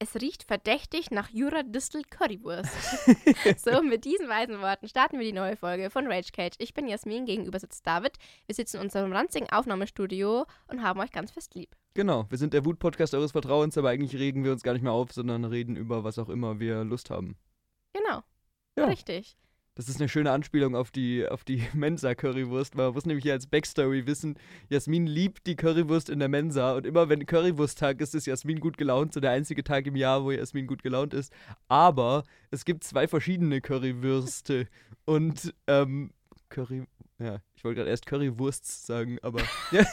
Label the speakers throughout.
Speaker 1: es riecht verdächtig nach Jura Distel Currywurst. so, mit diesen weisen Worten starten wir die neue Folge von Rage Cage. Ich bin Jasmin, gegenüber sitzt David. Wir sitzen in unserem ranzigen Aufnahmestudio und haben euch ganz fest lieb.
Speaker 2: Genau, wir sind der Wut-Podcast eures Vertrauens, aber eigentlich regen wir uns gar nicht mehr auf, sondern reden über was auch immer wir Lust haben.
Speaker 1: Genau.
Speaker 2: Ja.
Speaker 1: Richtig.
Speaker 2: Das ist eine schöne Anspielung auf die, auf die Mensa-Currywurst. Man muss nämlich hier als Backstory wissen, Jasmin liebt die Currywurst in der Mensa und immer wenn Currywursttag ist, ist Jasmin gut gelaunt. So der einzige Tag im Jahr, wo Jasmin gut gelaunt ist. Aber es gibt zwei verschiedene Currywürste und ähm, Curry... Ja, ich wollte gerade erst Currywursts sagen, aber... Ja.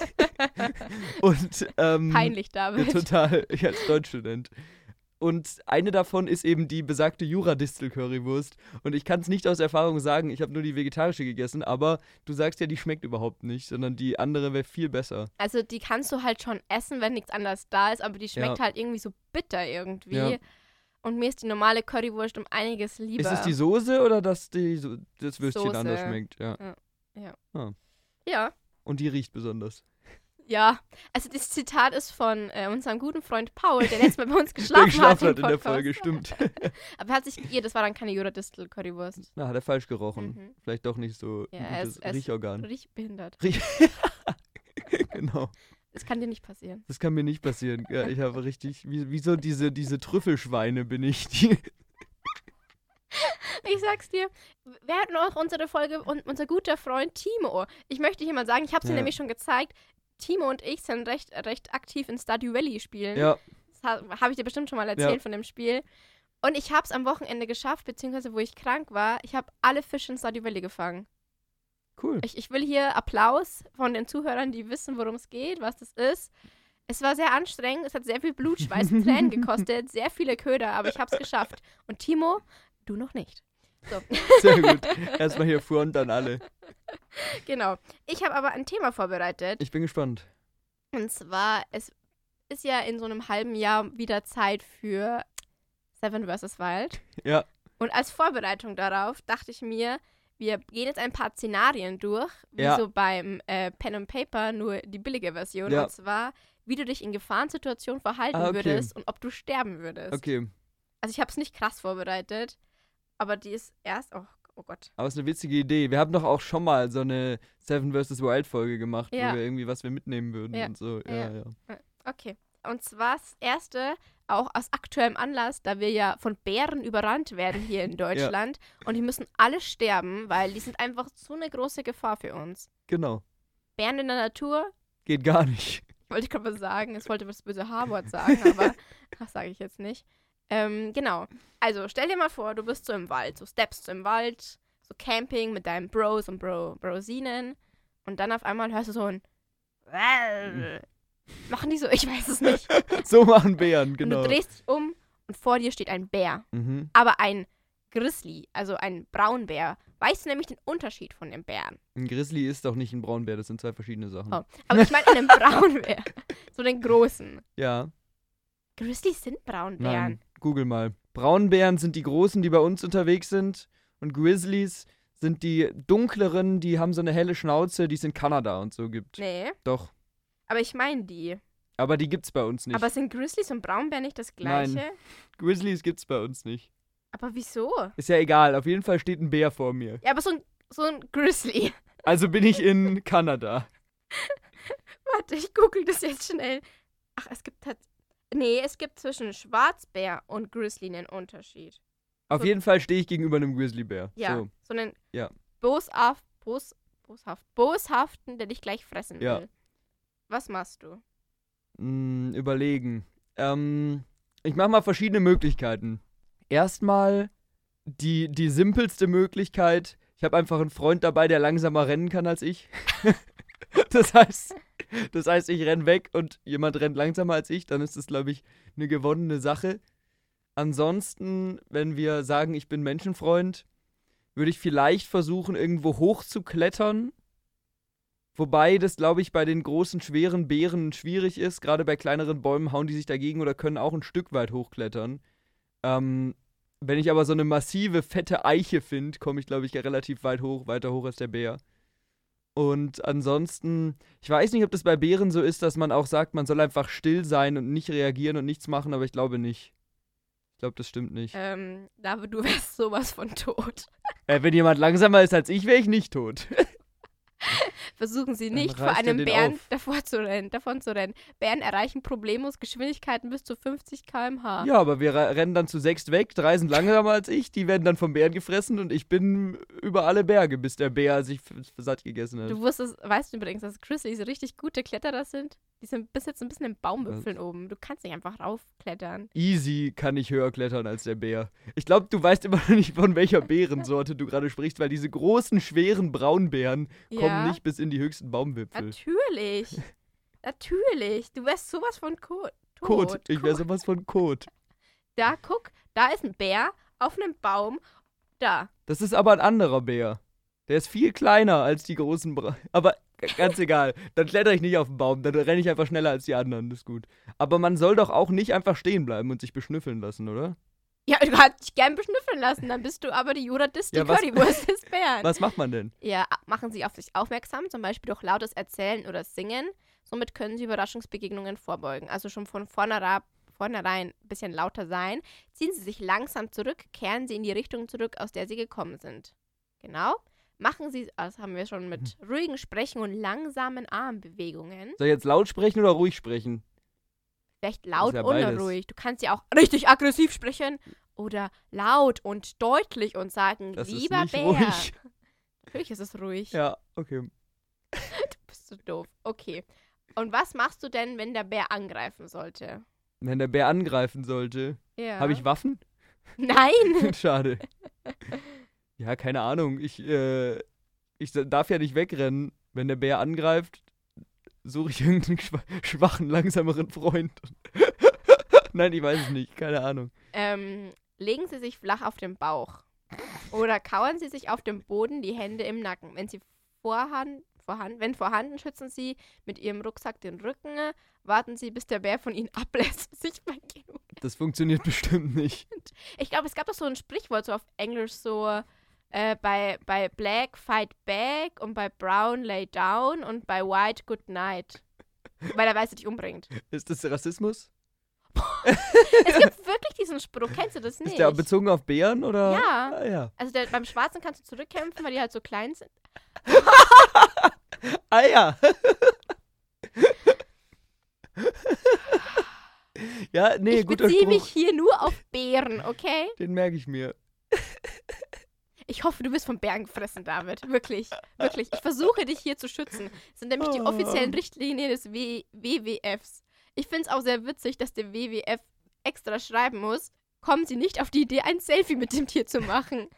Speaker 2: und ähm,
Speaker 1: Peinlich,
Speaker 2: Ja,
Speaker 1: David.
Speaker 2: total. Ich als Deutschstudent. Und eine davon ist eben die besagte Juradistel-Currywurst. Und ich kann es nicht aus Erfahrung sagen, ich habe nur die vegetarische gegessen, aber du sagst ja, die schmeckt überhaupt nicht, sondern die andere wäre viel besser.
Speaker 1: Also die kannst du halt schon essen, wenn nichts anderes da ist, aber die schmeckt
Speaker 2: Ja.
Speaker 1: halt irgendwie so bitter irgendwie.
Speaker 2: Ja.
Speaker 1: Und mir ist die normale Currywurst um einiges lieber.
Speaker 2: Ist es die Soße oder dass die, so- das Würstchen
Speaker 1: Soße.
Speaker 2: anders schmeckt? Ja.
Speaker 1: ja.
Speaker 2: Und die riecht besonders.
Speaker 1: Ja, also das Zitat ist von äh, unserem guten Freund Paul, der letztes Mal bei uns geschlafen,
Speaker 2: Der geschlafen
Speaker 1: hat
Speaker 2: hat
Speaker 1: im
Speaker 2: halt in der
Speaker 1: Podcast.
Speaker 2: Folge, stimmt.
Speaker 1: Aber er hat sich geirrt, das war dann keine Juradistel-Currywurst.
Speaker 2: Na, hat er falsch gerochen.
Speaker 1: Mhm.
Speaker 2: Vielleicht doch nicht so
Speaker 1: Ja,
Speaker 2: ein
Speaker 1: es-
Speaker 2: gutes
Speaker 1: es-
Speaker 2: Riechorgan.
Speaker 1: Richtig behindert.
Speaker 2: genau.
Speaker 1: Das kann dir nicht passieren.
Speaker 2: Das kann mir nicht passieren. Ja, ich habe richtig, wie, wie so diese, diese Trüffelschweine bin ich, die,
Speaker 1: Ich sag's dir, wir hatten auch unsere Folge und unser guter Freund Timo. Ich möchte hier mal sagen, ich habe sie
Speaker 2: Ja.
Speaker 1: nämlich schon gezeigt. Timo und ich sind recht, recht aktiv in Stardew Valley spielen.
Speaker 2: Ja,
Speaker 1: Das ha- habe ich dir bestimmt schon mal erzählt von dem Spiel. Und ich habe es am Wochenende geschafft, beziehungsweise wo ich krank war, ich habe alle Fische in Stardew Valley gefangen.
Speaker 2: cool.
Speaker 1: Ich, ich will hier Applaus von den Zuhörern, die wissen, worum es geht, was das ist. Es war sehr anstrengend, es hat sehr viel Blut, Schweiß und Tränen gekostet, sehr viele Köder, aber ich habe es geschafft. Und Timo, du noch nicht. So,
Speaker 2: Sehr gut. Erstmal hier Front an alle.
Speaker 1: genau. Ich habe aber ein Thema vorbereitet.
Speaker 2: Ich bin gespannt.
Speaker 1: Und zwar, es ist ja in so einem halben Jahr wieder Zeit für Seven vs. Wild.
Speaker 2: Ja.
Speaker 1: Und als Vorbereitung darauf dachte ich mir, wir gehen jetzt ein paar Szenarien durch, wie
Speaker 2: Ja.
Speaker 1: so beim äh, Pen and Paper, nur die billige Version.
Speaker 2: Ja.
Speaker 1: Und zwar, wie du dich in Gefahrensituationen verhalten
Speaker 2: Ah, okay.
Speaker 1: würdest und ob du sterben würdest.
Speaker 2: Okay,
Speaker 1: Also ich habe es nicht krass vorbereitet, aber die ist erst, oh, oh Gott.
Speaker 2: aber es ist eine witzige Idee. Wir haben doch auch schon mal so eine Seven vs. Wild Folge gemacht,
Speaker 1: Ja.
Speaker 2: wo wir irgendwie was wir mitnehmen würden
Speaker 1: Ja.
Speaker 2: und so.
Speaker 1: Ja.
Speaker 2: Ja, ja.
Speaker 1: Okay. Und zwar das erste, auch aus aktuellem Anlass, da wir ja von Bären überrannt werden hier in Deutschland. Und die müssen alle sterben, weil die sind einfach so eine große Gefahr für uns.
Speaker 2: Genau.
Speaker 1: Bären in der Natur,
Speaker 2: Geht gar nicht.
Speaker 1: wollte ich gerade was sagen. Es wollte was böse Harvard sagen, aber das sage ich jetzt nicht. Ähm, genau. Also stell dir mal vor, du bist so im Wald, so steppst du im Wald, so Camping mit deinen Bros und Bro Brosinen und dann auf einmal hörst du so ein Machen die so, ich weiß es nicht.
Speaker 2: So machen Bären,
Speaker 1: Und
Speaker 2: genau.
Speaker 1: du drehst dich um und vor dir steht ein Bär,
Speaker 2: Mhm.
Speaker 1: aber ein Grizzly, also ein Braunbär. Weißt du nämlich den Unterschied von den Bären?
Speaker 2: Ein Grizzly ist doch nicht ein Braunbär, das sind zwei verschiedene Sachen.
Speaker 1: Oh. Aber ich meine einen Braunbär, so den großen.
Speaker 2: Ja,
Speaker 1: Grizzlies sind Braunbären.
Speaker 2: nein. Google mal. Braunbären sind die großen, die bei uns unterwegs sind. Und Grizzlies sind die dunkleren, die haben so eine helle Schnauze, die es in Kanada und so gibt.
Speaker 1: Nee,
Speaker 2: Doch.
Speaker 1: aber ich meine die.
Speaker 2: Aber die gibt's bei uns nicht.
Speaker 1: Aber sind Grizzlies und Braunbären nicht das
Speaker 2: Nein.
Speaker 1: gleiche?
Speaker 2: Grizzlies gibt's bei uns nicht.
Speaker 1: Aber wieso?
Speaker 2: Ist ja egal, auf jeden Fall steht ein Bär vor mir.
Speaker 1: Ja, aber so ein, so ein Grizzly.
Speaker 2: Also bin ich in Kanada.
Speaker 1: Warte, ich google das jetzt schnell. Ach, es gibt halt. Nee, es gibt zwischen Schwarzbär und Grizzly einen Unterschied.
Speaker 2: Auf
Speaker 1: So.
Speaker 2: jeden Fall stehe ich gegenüber einem Grizzlybär.
Speaker 1: Ja.
Speaker 2: So.
Speaker 1: So einen
Speaker 2: Ja.
Speaker 1: boshaft, bos, boshaft, boshaften, der dich gleich fressen
Speaker 2: Ja.
Speaker 1: will. Was machst du?
Speaker 2: Mm, überlegen. Ähm, ich mache mal verschiedene Möglichkeiten. Erstmal die, die simpelste Möglichkeit. Ich habe einfach einen Freund dabei, der langsamer rennen kann als ich. das heißt, das heißt, ich renn weg und jemand rennt langsamer als ich, dann ist das, glaube ich, eine gewonnene Sache. Ansonsten, wenn wir sagen, ich bin Menschenfreund, würde ich vielleicht versuchen, irgendwo hochzuklettern Wobei das, glaube ich, bei den großen, schweren Beeren schwierig ist. Gerade bei kleineren Bäumen hauen die sich dagegen oder können auch ein Stück weit hochklettern. Ähm, wenn ich aber so eine massive, fette Eiche finde, komme ich, glaube ich, relativ weit hoch, weiter hoch als der Bär. Und ansonsten, ich weiß nicht, ob das bei Bären so ist, dass man auch sagt, man soll einfach still sein und nicht reagieren und nichts machen, aber ich glaube nicht. glaube, das stimmt nicht.
Speaker 1: Ähm, David, du wärst sowas von tot.
Speaker 2: Äh, wenn jemand langsamer ist als ich, wäre ich nicht tot.
Speaker 1: Versuchen Sie
Speaker 2: Dann
Speaker 1: nicht, vor
Speaker 2: reißt er
Speaker 1: einem
Speaker 2: den
Speaker 1: Bären
Speaker 2: auf.
Speaker 1: davor zu rennen, davon zu rennen. Bären erreichen problemlos Geschwindigkeiten bis zu 50 km/h.
Speaker 2: Ja, aber wir re- rennen dann zu sechst weg, drei sind langsamer als ich, die werden dann vom Bären gefressen und ich bin über alle Berge, bis der Bär sich f- f- satt gegessen hat.
Speaker 1: Du wusstest, weißt du übrigens, dass Grizzlies richtig gute Kletterer sind? Die sind bis jetzt ein bisschen in Baumwipfeln
Speaker 2: Äh.
Speaker 1: oben. Du kannst nicht einfach raufklettern.
Speaker 2: Easy kann ich höher klettern als der Bär. Ich glaube, du weißt immer noch nicht, von welcher Bärensorte du gerade sprichst, weil diese großen, schweren Braunbären kommen
Speaker 1: ja,
Speaker 2: nicht bis in die höchsten Baumwipfel.
Speaker 1: natürlich. natürlich. Du wärst sowas von ko tot.
Speaker 2: Kot, ich wäre
Speaker 1: Kot.
Speaker 2: sowas von Kot.
Speaker 1: Da, guck, da ist ein Bär auf einem Baum. Da.
Speaker 2: Das ist aber ein anderer Bär. Der ist viel kleiner als die großen Bra Aber g- ganz egal. Dann kletter ich nicht auf den Baum. Dann renne ich einfach schneller als die anderen. Das ist gut. Aber man soll doch auch nicht einfach stehen bleiben und sich beschnüffeln lassen, oder?
Speaker 1: Ja, du kannst dich gern beschnüffeln lassen, dann bist du aber die Juradist, die
Speaker 2: Ja, was-
Speaker 1: Currywurst des Bären.
Speaker 2: Was macht man denn?
Speaker 1: Ja, a- machen sie auf sich aufmerksam, zum Beispiel durch lautes Erzählen oder Singen. Somit können sie Überraschungsbegegnungen vorbeugen. Also schon von vornherein, vornherein ein bisschen lauter sein. Ziehen sie sich langsam zurück, kehren sie in die Richtung zurück, aus der sie gekommen sind. Genau. Machen sie, das haben wir schon mit
Speaker 2: Mhm.
Speaker 1: ruhigen Sprechen und langsamen Armbewegungen.
Speaker 2: Soll ich jetzt laut sprechen oder ruhig sprechen?
Speaker 1: Vielleicht laut
Speaker 2: ja
Speaker 1: oder
Speaker 2: beides.
Speaker 1: ruhig. Du kannst ja auch richtig aggressiv sprechen oder laut und deutlich und sagen,
Speaker 2: Das
Speaker 1: lieber
Speaker 2: ist nicht
Speaker 1: Bär.
Speaker 2: ruhig.
Speaker 1: Natürlich ist es ruhig.
Speaker 2: Ja, okay.
Speaker 1: Bist du doof. Okay. Und was machst du denn, wenn der Bär angreifen sollte?
Speaker 2: Wenn der Bär angreifen sollte.
Speaker 1: Ja.
Speaker 2: Habe ich Waffen?
Speaker 1: Nein!
Speaker 2: Schade. Ja, keine Ahnung. Ich, äh, ich sa- darf ja nicht wegrennen. Wenn der Bär angreift, suche ich irgendeinen schwa schwachen, langsameren Freund. Nein, ich weiß es nicht. Keine Ahnung.
Speaker 1: ähm, legen Sie sich flach auf den Bauch. Oder kauern Sie sich auf dem Boden die Hände im Nacken. Wenn Sie vorhanden, vorhanden, wenn vorhanden, schützen Sie mit Ihrem Rucksack den Rücken. Warten Sie, bis der Bär von Ihnen ablässt. Sichtbar genug.
Speaker 2: Das funktioniert bestimmt nicht.
Speaker 1: Ich glaube, es gab doch so ein Sprichwort so auf Englisch so äh, bei, bei Black fight back und bei Brown lay down und bei White good night. Weil er weiß, dass dich umbringt.
Speaker 2: Ist das Rassismus?
Speaker 1: Es gibt wirklich diesen Spruch, kennst du das nicht?
Speaker 2: Ist der bezogen auf Bären oder?
Speaker 1: Ja.
Speaker 2: Ah, ja.
Speaker 1: Also der, beim Schwarzen kannst du zurückkämpfen, weil die halt so klein sind.
Speaker 2: Ah ja. ja, nee,
Speaker 1: ich
Speaker 2: guter
Speaker 1: beziehe
Speaker 2: Spruch.
Speaker 1: mich hier nur auf Bären, okay?
Speaker 2: Den merke ich mir.
Speaker 1: Ich hoffe, du wirst von Bären gefressen, David. Wirklich, wirklich. Ich versuche dich hier zu schützen. Das sind nämlich die
Speaker 2: Oh.
Speaker 1: offiziellen Richtlinien des w WWFs. Ich finde es auch sehr witzig, dass der WWF extra schreiben muss, kommen Sie nicht auf die Idee, ein Selfie mit dem Tier zu machen.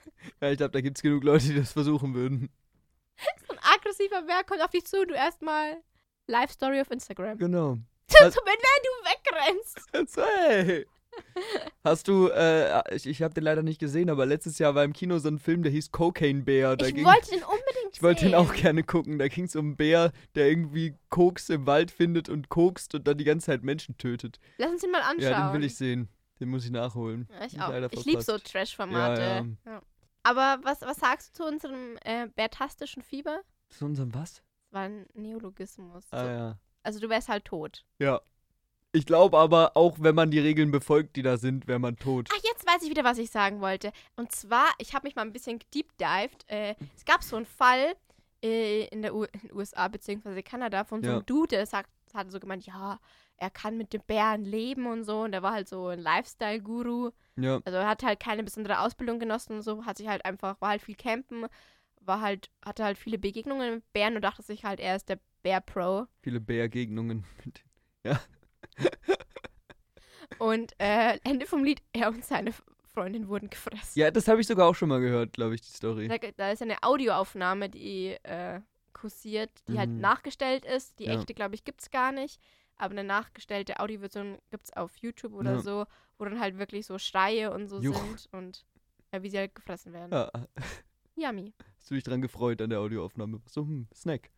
Speaker 2: Ja, ich glaube, da gibt es genug Leute, die das versuchen würden.
Speaker 1: So ein aggressiver Bär kommt auf dich zu, du erstmal Live Story auf Instagram.
Speaker 2: Genau.
Speaker 1: So, wenn
Speaker 2: Was-
Speaker 1: du wegrennst.
Speaker 2: Jetzt, Hey. Hast du, äh, ich, ich habe den leider nicht gesehen, aber letztes Jahr war im Kino so ein Film, der hieß Cocaine Bear. Da
Speaker 1: Ich
Speaker 2: ging-
Speaker 1: wollte den unbedingt
Speaker 2: ich wollte den
Speaker 1: sehen.
Speaker 2: auch gerne gucken. Da ging es um einen Bär, der irgendwie Koks im Wald findet und kokst und dann die ganze Zeit Menschen tötet.
Speaker 1: Lass uns ihn mal anschauen.
Speaker 2: Ja, den will ich sehen. Den muss ich nachholen.
Speaker 1: Ja, ich
Speaker 2: Hab ich
Speaker 1: auch.
Speaker 2: leider
Speaker 1: Ich liebe so
Speaker 2: verpasst.
Speaker 1: Trash-Formate.
Speaker 2: Ja, ja.
Speaker 1: Ja. Aber was, was sagst du zu unserem äh, bärtastischen Fieber?
Speaker 2: Zu unserem was?
Speaker 1: Das war ein Neologismus.
Speaker 2: Ah
Speaker 1: so.
Speaker 2: ja.
Speaker 1: Also du wärst halt tot.
Speaker 2: Ja. Ich glaube aber, auch wenn man die Regeln befolgt, die da sind, wäre man tot.
Speaker 1: Ach, jetzt weiß ich wieder, was ich sagen wollte. Und zwar, ich habe mich mal ein bisschen deep-dived. Äh,
Speaker 2: Hm.
Speaker 1: es gab so einen Fall äh, in, der U in den USA bzw. Kanada von so einem
Speaker 2: Ja.
Speaker 1: Dude, der sagt, hatte so gemeint, ja, er kann mit den Bären leben und so. Und der war halt so ein Lifestyle-Guru.
Speaker 2: Ja.
Speaker 1: Also er hat halt keine besondere Ausbildung genossen und so, hat sich halt einfach, war halt viel campen, war halt, hatte halt viele Begegnungen mit Bären und dachte sich halt, er ist der Bär Pro.
Speaker 2: Viele Bärgegnungen.
Speaker 1: Und äh, Ende vom Lied, er und seine F- Freundin wurden gefressen.
Speaker 2: Ja, das habe ich sogar auch schon mal gehört, glaube ich, die Story.
Speaker 1: Da, da ist eine Audioaufnahme, die äh, kursiert, die halt
Speaker 2: Mhm.
Speaker 1: nachgestellt ist. Die
Speaker 2: Ja.
Speaker 1: echte, glaube ich, gibt es gar nicht. Aber eine nachgestellte Audioversion gibt es auf YouTube oder
Speaker 2: Ja.
Speaker 1: so, wo dann halt wirklich so Schreie und so
Speaker 2: Juch.
Speaker 1: sind und äh, wie sie halt gefressen werden.
Speaker 2: Ja,
Speaker 1: Yummy.
Speaker 2: Ah, Hast du dich dran gefreut an der Audioaufnahme? So, hm, Snack.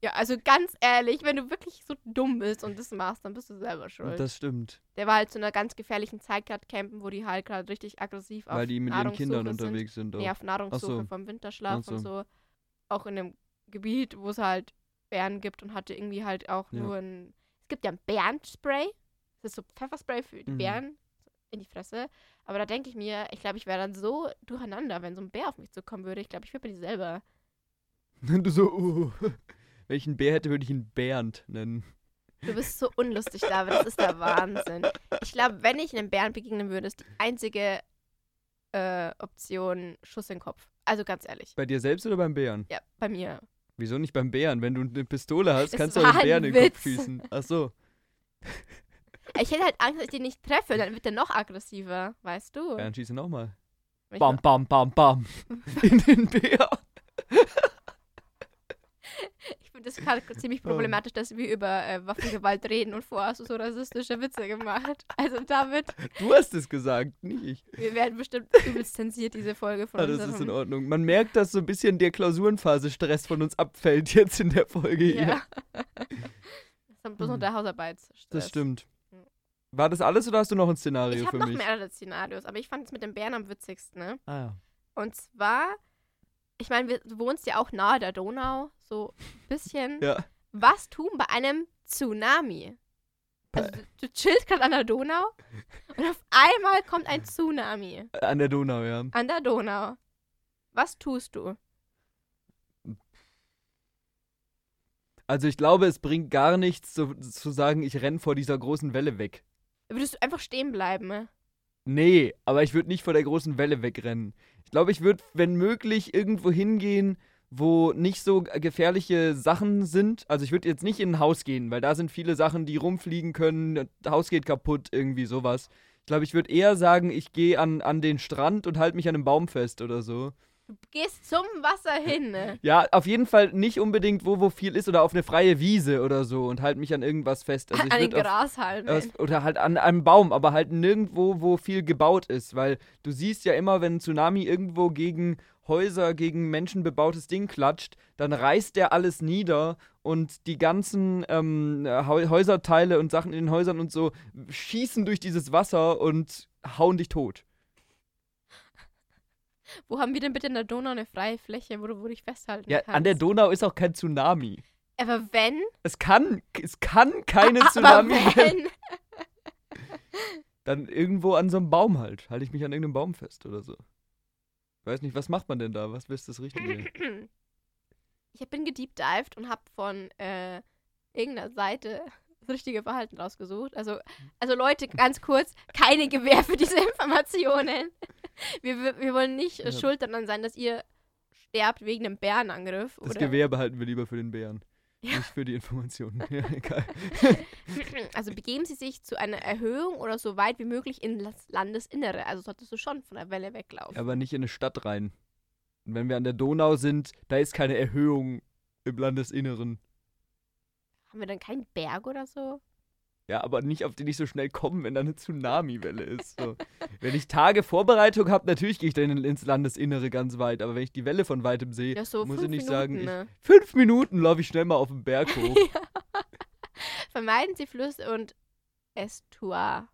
Speaker 1: Ja, also ganz ehrlich, wenn du wirklich so dumm bist und das machst, dann bist du selber schuld.
Speaker 2: Das stimmt,
Speaker 1: der war halt zu einer ganz gefährlichen Zeit gerade campen, wo die halt gerade richtig aggressiv auf
Speaker 2: weil die mit ihren
Speaker 1: Nahrungssuche
Speaker 2: Kindern
Speaker 1: sind.
Speaker 2: unterwegs sind. auch.
Speaker 1: Nee, auf Nahrungssuche
Speaker 2: so.
Speaker 1: vom Winterschlaf
Speaker 2: Ach
Speaker 1: und so. Auch in einem Gebiet, wo es halt Bären gibt und hatte irgendwie halt auch
Speaker 2: Ja.
Speaker 1: nur ein. Es gibt ja ein Bärenspray. Das ist so Pfefferspray für die
Speaker 2: Mhm.
Speaker 1: Bären. in die Fresse. Aber da denke ich mir, ich glaube, ich wäre dann so durcheinander, wenn so ein Bär auf mich zukommen würde. Ich glaube, ich würde mir die selber.
Speaker 2: du so, uh, wenn ich einen Bär hätte, würde ich ihn Bernd nennen.
Speaker 1: Du bist so unlustig, David. Das ist der Wahnsinn. Ich glaube, wenn ich einem Bären begegnen würde, ist die einzige äh, Option Schuss in den Kopf. Also ganz ehrlich.
Speaker 2: Bei dir selbst oder beim Bären?
Speaker 1: Ja, bei mir.
Speaker 2: Wieso nicht beim Bären? Wenn du eine Pistole hast,
Speaker 1: Es
Speaker 2: kannst du auch
Speaker 1: war
Speaker 2: einen Bären
Speaker 1: ein
Speaker 2: in den Kopf
Speaker 1: Witz.
Speaker 2: schießen. Ach so.
Speaker 1: Ich hätte halt Angst, dass ich den nicht treffe. Dann wird der noch aggressiver, weißt du?
Speaker 2: Bären schießen nochmal.
Speaker 1: Wenn ich
Speaker 2: Bam, bam, bam, bam. In den Bär.
Speaker 1: Ich finde das gerade ziemlich
Speaker 2: Oh.
Speaker 1: problematisch, dass wir über äh, Waffengewalt reden und vorher hast du so rassistische Witze gemacht. Also damit,
Speaker 2: Du hast es gesagt, nicht ich.
Speaker 1: wir werden bestimmt übelst zensiert, diese Folge von
Speaker 2: Ah,
Speaker 1: uns.
Speaker 2: das ist in Ordnung. Man merkt, dass so ein bisschen der Klausurenphase Stress von uns abfällt jetzt in der Folge hier.
Speaker 1: Ja. Das ist bloß noch
Speaker 2: Hm.
Speaker 1: der Hausarbeit.
Speaker 2: Das stimmt.
Speaker 1: Ja.
Speaker 2: War das alles oder hast du noch ein Szenario
Speaker 1: Ich
Speaker 2: für
Speaker 1: habe noch
Speaker 2: mich?
Speaker 1: mehrere Szenarios, aber ich fand es mit dem Bären am witzigsten. Ne?
Speaker 2: Ah, ja.
Speaker 1: Und zwar, ich meine, wir- du wohnst ja auch nahe der Donau, so ein bisschen.
Speaker 2: ja.
Speaker 1: Was tun bei einem Tsunami? Also, du, du chillst gerade an der Donau und auf einmal kommt ein Tsunami.
Speaker 2: Äh, An der Donau, ja.
Speaker 1: An der Donau. Was tust du?
Speaker 2: Also ich glaube, es bringt gar nichts zu, zu sagen, ich renne vor dieser großen Welle weg.
Speaker 1: Würdest du einfach stehen bleiben? ne?
Speaker 2: Nee, aber ich würde nicht vor der großen Welle wegrennen. Ich glaube, ich würde, wenn möglich, irgendwo hingehen, wo nicht so gefährliche Sachen sind. Also ich würde jetzt nicht in ein Haus gehen, weil da sind viele Sachen, die rumfliegen können, das Haus geht kaputt, irgendwie sowas. Ich glaube, ich würde eher sagen, ich gehe an, an den Strand und halte mich an einem Baum fest oder so.
Speaker 1: Du gehst zum Wasser hin. Ne?
Speaker 2: Ja, auf jeden Fall nicht unbedingt wo, wo viel ist oder auf eine freie Wiese oder so und halte mich an irgendwas fest. Also ich
Speaker 1: an den
Speaker 2: würd auf,
Speaker 1: Grashalmen.
Speaker 2: Aus- Oder halt an einem Baum, aber halt nirgendwo, wo viel gebaut ist. Weil du siehst ja immer, wenn ein Tsunami irgendwo gegen Häuser, gegen Menschen bebautes Ding klatscht, dann reißt der alles nieder und die ganzen ähm, Hau- Häuserteile und Sachen in den Häusern und so schießen durch dieses Wasser und hauen dich tot.
Speaker 1: Wo haben wir denn bitte in der Donau eine freie Fläche, wo du wo du dich festhalten
Speaker 2: Ja,
Speaker 1: kannst?
Speaker 2: an der Donau ist auch kein Tsunami.
Speaker 1: Aber wenn,
Speaker 2: Es kann, es kann keine
Speaker 1: aber
Speaker 2: Tsunami werden.
Speaker 1: wenn,
Speaker 2: Dann irgendwo an so einem Baum halt. Halte ich mich an irgendeinem Baum fest oder so. Weiß nicht, was macht man denn da? Was ist das Richtige?
Speaker 1: ich bin gedeepdived und habe von äh, irgendeiner Seite das richtige Verhalten rausgesucht. Also, also Leute, ganz kurz, keine Gewähr für diese Informationen. Wir, wir, wir wollen nicht äh,
Speaker 2: Ja.
Speaker 1: schuld daran sein, dass ihr sterbt wegen einem Bärenangriff.
Speaker 2: Das
Speaker 1: oder
Speaker 2: Gewehr behalten wir lieber für den Bären.
Speaker 1: Ja.
Speaker 2: Nicht für die Informationen. Ja, egal.
Speaker 1: Also begeben Sie sich zu einer Erhöhung oder so weit wie möglich in das Landesinnere. Also solltest du schon von der Welle weglaufen.
Speaker 2: Aber nicht in eine Stadt rein. Und wenn wir an der Donau sind, da ist keine Erhöhung im Landesinneren.
Speaker 1: Haben wir dann keinen Berg oder so?
Speaker 2: Ja, aber nicht, auf den ich so schnell komme, wenn da eine Tsunami-Welle ist. So. Wenn ich Tage Vorbereitung habe, natürlich gehe ich dann ins Landesinnere ganz weit. Aber wenn ich die Welle von weitem sehe,
Speaker 1: Ja, so
Speaker 2: muss
Speaker 1: fünf
Speaker 2: ich nicht
Speaker 1: Minuten,
Speaker 2: sagen, ich,
Speaker 1: ne?
Speaker 2: fünf Minuten laufe ich schnell mal auf den Berg hoch.
Speaker 1: Vermeiden Sie Flüsse und Estuar.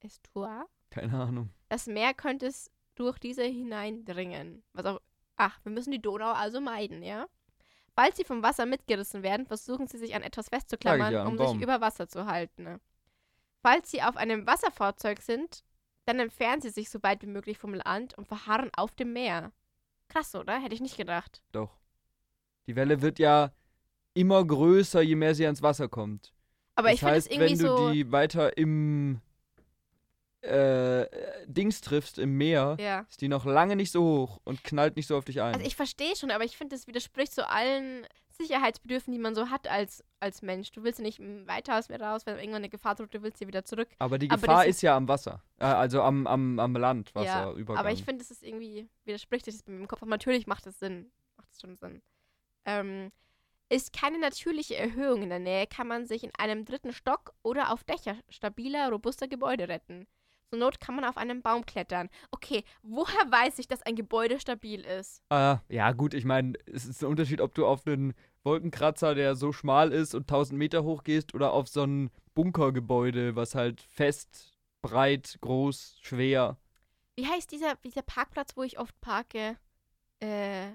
Speaker 1: Estuar?
Speaker 2: Keine Ahnung.
Speaker 1: Das Meer könnte es durch diese hineindringen. Was auch. Ach, wir müssen die Donau also meiden, ja? Falls sie vom Wasser mitgerissen werden, versuchen sie sich an etwas
Speaker 2: Sag
Speaker 1: festzuklammern,
Speaker 2: ich ja, am
Speaker 1: um
Speaker 2: Baum.
Speaker 1: sich über Wasser zu halten. Ne? Falls sie auf einem Wasserfahrzeug sind, dann entfernen sie sich so weit wie möglich vom Land und verharren auf dem Meer. Krass, oder? Hätte ich nicht gedacht.
Speaker 2: Doch. Die Welle wird ja immer größer, je mehr sie ans Wasser kommt.
Speaker 1: Aber
Speaker 2: das
Speaker 1: ich finde es
Speaker 2: heißt,
Speaker 1: irgendwie
Speaker 2: wenn du
Speaker 1: so.
Speaker 2: die weiter im äh, äh, Dings triffst, im Meer,
Speaker 1: ja.
Speaker 2: ist die noch lange nicht so hoch und knallt nicht so auf dich ein.
Speaker 1: Also ich verstehe schon, aber ich finde, das widerspricht so allen Sicherheitsbedürfnissen, die man so hat als, als Mensch. Du willst ja nicht m, weiter aus mir raus, wenn irgendwann eine Gefahr droht, du willst hier wieder zurück.
Speaker 2: aber die
Speaker 1: aber
Speaker 2: Gefahr
Speaker 1: das
Speaker 2: ist,
Speaker 1: ist-
Speaker 2: ja am Wasser. Äh, also am, am, am Land,
Speaker 1: Ja,
Speaker 2: Wasserübergang.
Speaker 1: Aber ich finde, es ist irgendwie, widerspricht sich das bei mir im Kopf. Aber natürlich macht es Sinn. Macht es schon Sinn. Ähm, ist keine natürliche Erhöhung in der Nähe, kann man sich in einem dritten Stock oder auf Dächer stabiler, robuster Gebäude retten. Zur Not kann man auf einen Baum klettern. Okay, woher weiß ich, dass ein Gebäude stabil ist?
Speaker 2: äh, ja, gut, ich meine, es ist ein Unterschied, ob du auf einen Wolkenkratzer, der so schmal ist und 1000 Meter hoch gehst, oder auf so ein Bunkergebäude, was halt fest, breit, groß, schwer.
Speaker 1: Wie heißt dieser, dieser Parkplatz, wo ich oft parke? Äh,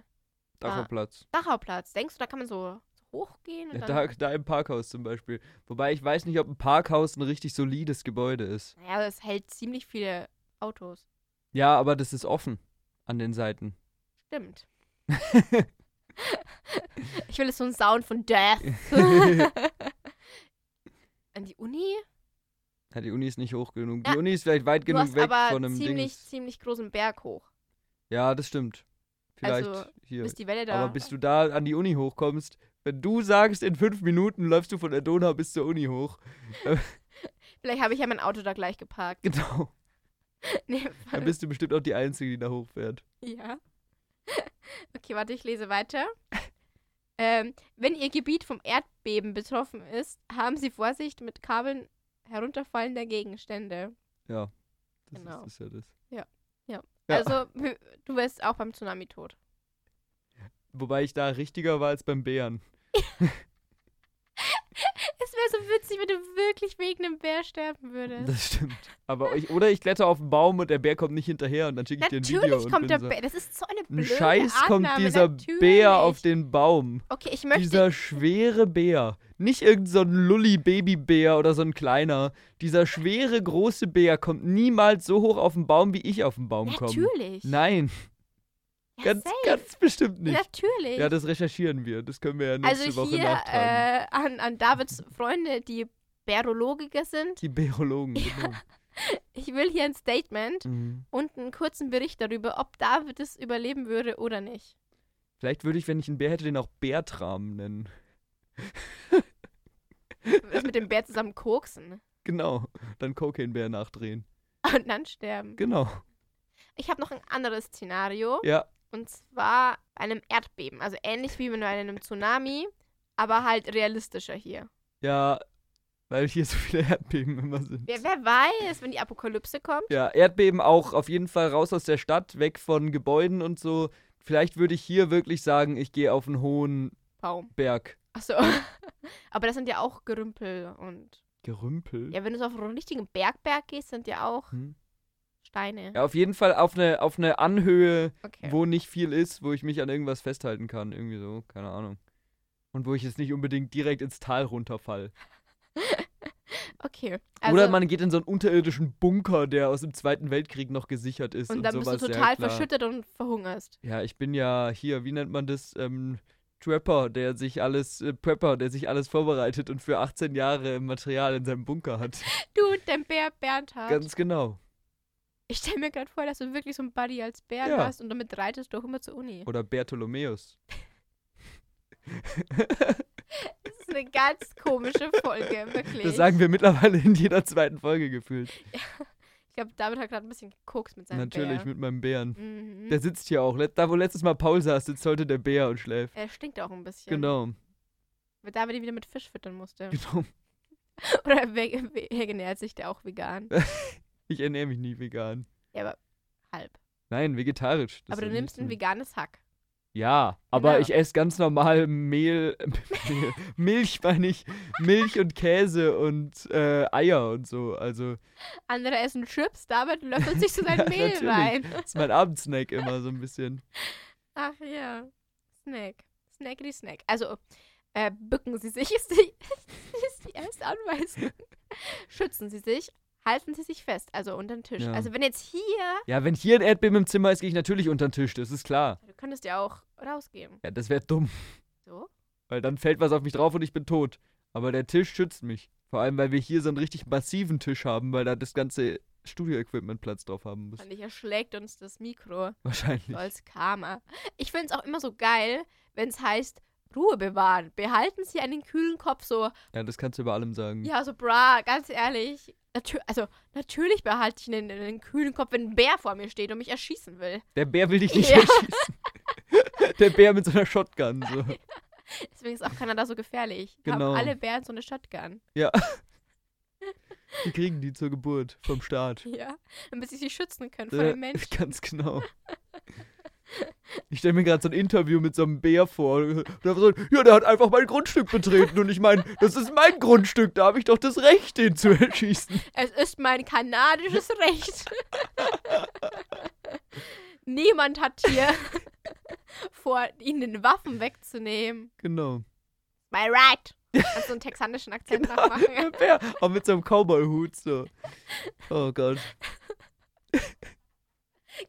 Speaker 2: Dachoplatz.
Speaker 1: Ah. Dachauplatz. Denkst du, da kann man so, so hochgehen. Und
Speaker 2: Ja,
Speaker 1: dann,
Speaker 2: da, da im Parkhaus zum Beispiel. Wobei ich weiß nicht, ob ein Parkhaus ein richtig solides Gebäude ist.
Speaker 1: naja, das hält ziemlich viele Autos.
Speaker 2: Ja, aber das ist offen an den Seiten.
Speaker 1: Stimmt. ich will jetzt so einen Sound von Death. An die Uni?
Speaker 2: Ja, die Uni ist nicht hoch genug.
Speaker 1: Ja.
Speaker 2: Die Uni ist vielleicht weit
Speaker 1: Du
Speaker 2: genug
Speaker 1: hast
Speaker 2: weg
Speaker 1: aber
Speaker 2: von einem
Speaker 1: ziemlich,
Speaker 2: Ding.
Speaker 1: ziemlich großen Berg hoch.
Speaker 2: Ja, das stimmt. Vielleicht
Speaker 1: Also,
Speaker 2: hier.
Speaker 1: Bis die Welle da.
Speaker 2: Aber bis du da an die Uni hochkommst, wenn du sagst, in fünf Minuten läufst du von der Donau bis zur Uni hoch.
Speaker 1: Vielleicht habe ich ja mein Auto da gleich geparkt.
Speaker 2: Genau.
Speaker 1: nee,
Speaker 2: Dann bist du bestimmt auch die Einzige, die da hochfährt.
Speaker 1: Ja. Okay, warte, ich lese weiter. Ähm, wenn Ihr Gebiet vom Erdbeben betroffen ist, haben Sie Vorsicht mit Kabeln herunterfallender Gegenstände.
Speaker 2: Ja. Das
Speaker 1: Genau.
Speaker 2: ist, das ist ja das. Ja.
Speaker 1: Also, hö- du wirst auch beim Tsunami tot.
Speaker 2: Wobei ich da richtiger war als beim Bären.
Speaker 1: Es wäre so witzig, wenn du wirklich wegen einem Bär sterben würdest.
Speaker 2: Das stimmt. Aber ich, oder ich kletter auf den Baum und der Bär kommt nicht hinterher und dann schicke ich dir ein Video.
Speaker 1: Natürlich
Speaker 2: und
Speaker 1: kommt
Speaker 2: bin
Speaker 1: der
Speaker 2: so,
Speaker 1: Bär. Das ist so eine
Speaker 2: Ein
Speaker 1: blöde
Speaker 2: Scheiß
Speaker 1: Annahme.
Speaker 2: kommt dieser
Speaker 1: natürlich.
Speaker 2: Bär auf den Baum.
Speaker 1: Okay, ich möchte.
Speaker 2: Dieser schwere Bär. Nicht irgendein so ein Lulli-Babybär oder so ein kleiner. Dieser schwere, große Bär kommt niemals so hoch auf den Baum, wie ich auf den Baum komme.
Speaker 1: natürlich.
Speaker 2: Nein,
Speaker 1: ja,
Speaker 2: ganz,
Speaker 1: safe.
Speaker 2: ganz bestimmt nicht.
Speaker 1: Natürlich.
Speaker 2: Ja, das recherchieren wir. Das können wir ja nächste
Speaker 1: also
Speaker 2: Woche
Speaker 1: hier
Speaker 2: nachtragen.
Speaker 1: äh, an, an Davids Freunde, die Bärologiker sind.
Speaker 2: Die Bärologen. genau.
Speaker 1: Ich will hier ein Statement
Speaker 2: Mhm.
Speaker 1: und einen kurzen Bericht darüber, ob David es überleben würde oder nicht.
Speaker 2: Vielleicht würde ich, wenn ich einen Bär hätte, den auch Bärtram nennen.
Speaker 1: Das mit dem Bär zusammen koksen
Speaker 2: Genau. Dann Cocaine-Bär nachdrehen.
Speaker 1: und dann sterben.
Speaker 2: Genau.
Speaker 1: Ich habe noch ein anderes Szenario
Speaker 2: Ja.
Speaker 1: und zwar bei einem Erdbeben. Also ähnlich wie bei einem Tsunami, aber halt realistischer hier.
Speaker 2: Ja, weil hier so viele Erdbeben immer sind.
Speaker 1: Wer, wer weiß, wenn die Apokalypse kommt?
Speaker 2: Ja, Erdbeben auch auf jeden Fall raus aus der Stadt, weg von Gebäuden und so. Vielleicht würde ich hier wirklich sagen, ich gehe auf einen hohen
Speaker 1: Baum.
Speaker 2: Berg.
Speaker 1: Achso. aber das sind ja auch Gerümpel und.
Speaker 2: Gerümpel? Ja,
Speaker 1: Ja, wenn du so auf einen richtigen Bergberg gehst, sind ja auch
Speaker 2: Hm.
Speaker 1: Steine.
Speaker 2: auf jeden Fall auf eine, auf eine Anhöhe,
Speaker 1: Okay.
Speaker 2: wo nicht viel ist, wo ich mich an irgendwas festhalten kann. Irgendwie so, keine Ahnung. Und wo ich jetzt nicht unbedingt direkt ins Tal runterfall.
Speaker 1: Okay. Also,
Speaker 2: Oder man geht in so einen unterirdischen Bunker, der aus dem Zweiten Weltkrieg noch gesichert ist. Und,
Speaker 1: und dann bist
Speaker 2: sowas,
Speaker 1: du
Speaker 2: ja,
Speaker 1: total
Speaker 2: klar.
Speaker 1: verschüttet und verhungerst.
Speaker 2: Ja, ich bin ja hier, wie nennt man das? Ähm, Trapper, der sich alles, äh, Prepper, der sich alles vorbereitet und für 18 Jahre Material in seinem Bunker hat.
Speaker 1: Du und dein Bär Bernhard.
Speaker 2: Ganz genau.
Speaker 1: ich stelle mir gerade vor, dass du wirklich so einen Buddy als Bär
Speaker 2: Ja.
Speaker 1: hast und damit reitest du auch immer zur Uni.
Speaker 2: Oder Bartholomäus.
Speaker 1: Das ist eine ganz komische Folge, wirklich.
Speaker 2: Das sagen wir mittlerweile in jeder zweiten Folge gefühlt.
Speaker 1: ich glaube, David hat gerade ein bisschen geguckt mit seinem
Speaker 2: Natürlich,
Speaker 1: Bär.
Speaker 2: mit meinem Bären.
Speaker 1: Mhm.
Speaker 2: Der sitzt hier auch. Let- Da, wo letztes Mal Paul saß, sitzt heute der Bär und schläft.
Speaker 1: er stinkt auch ein bisschen.
Speaker 2: Genau,
Speaker 1: Weil David ihn wieder mit Fisch füttern musste.
Speaker 2: genau.
Speaker 1: Oder we- we- er genährt sich der auch vegan.
Speaker 2: Ich ernähre mich nie vegan.
Speaker 1: Ja, aber halb.
Speaker 2: Nein, vegetarisch. Das
Speaker 1: aber du
Speaker 2: ist ja
Speaker 1: nimmst
Speaker 2: nicht
Speaker 1: ein
Speaker 2: so-
Speaker 1: veganes Hack.
Speaker 2: Ja, aber
Speaker 1: Genau.
Speaker 2: ich esse ganz normal Mehl, Mehl Milch meine ich, Milch und Käse und äh, Eier und so. Also
Speaker 1: Andere essen Chips, David löffelt sich so sein
Speaker 2: Ja,
Speaker 1: Mehl
Speaker 2: natürlich.
Speaker 1: rein.
Speaker 2: das ist mein Abendsnack immer so ein bisschen.
Speaker 1: Ach ja. Snack. Snackity Snack. Also, äh, bücken Sie sich, ist die, ist die erste Anweisung. Schützen Sie sich, halten Sie sich fest, also unter den Tisch.
Speaker 2: Ja.
Speaker 1: Also, wenn jetzt hier.
Speaker 2: Ja, wenn hier ein Erdbeben im Zimmer ist, gehe ich natürlich unter den Tisch, das ist klar.
Speaker 1: Du könntest ja auch rausgehen.
Speaker 2: Ja, das wäre dumm,
Speaker 1: So?
Speaker 2: weil dann fällt was auf mich drauf und ich bin tot. Aber der Tisch schützt mich. Vor allem, weil wir hier so einen richtig massiven Tisch haben, weil da das ganze Studio-Equipment Platz drauf haben muss.
Speaker 1: Und ich erschlägt uns das Mikro. So
Speaker 2: Wahrscheinlich.
Speaker 1: als Karma. Ich finde es auch immer so geil, wenn es heißt. Ruhe bewahren. Behalten Sie einen kühlen Kopf so.
Speaker 2: Ja, das kannst du bei allem sagen.
Speaker 1: Ja, so bra, ganz ehrlich. Natür also, natürlich behalte ich einen, einen kühlen Kopf, wenn ein Bär vor mir steht und mich erschießen will.
Speaker 2: Der Bär will dich nicht
Speaker 1: Ja.
Speaker 2: erschießen. Der Bär mit so einer Shotgun. So.
Speaker 1: Deswegen ist auch Kanada so gefährlich. Da
Speaker 2: Genau.
Speaker 1: Haben alle Bären so eine Shotgun.
Speaker 2: Die kriegen die zur Geburt vom Staat.
Speaker 1: Ja. Damit sie sich schützen können vor
Speaker 2: Äh,
Speaker 1: dem Menschen.
Speaker 2: Ganz genau. Ich stelle mir gerade so ein Interview mit so einem Bär vor. Und da so, ja, der hat einfach mein Grundstück betreten. Und ich meine, das ist mein Grundstück. Da habe ich doch das Recht, den zu erschießen.
Speaker 1: Es ist mein kanadisches Recht. Niemand hat hier vor, ihnen Waffen wegzunehmen.
Speaker 2: Genau.
Speaker 1: My right. Kannst du einen texanischen Akzent nachmachen?
Speaker 2: Bär. Auch mit so einem Cowboy-Hut so. Oh Gott.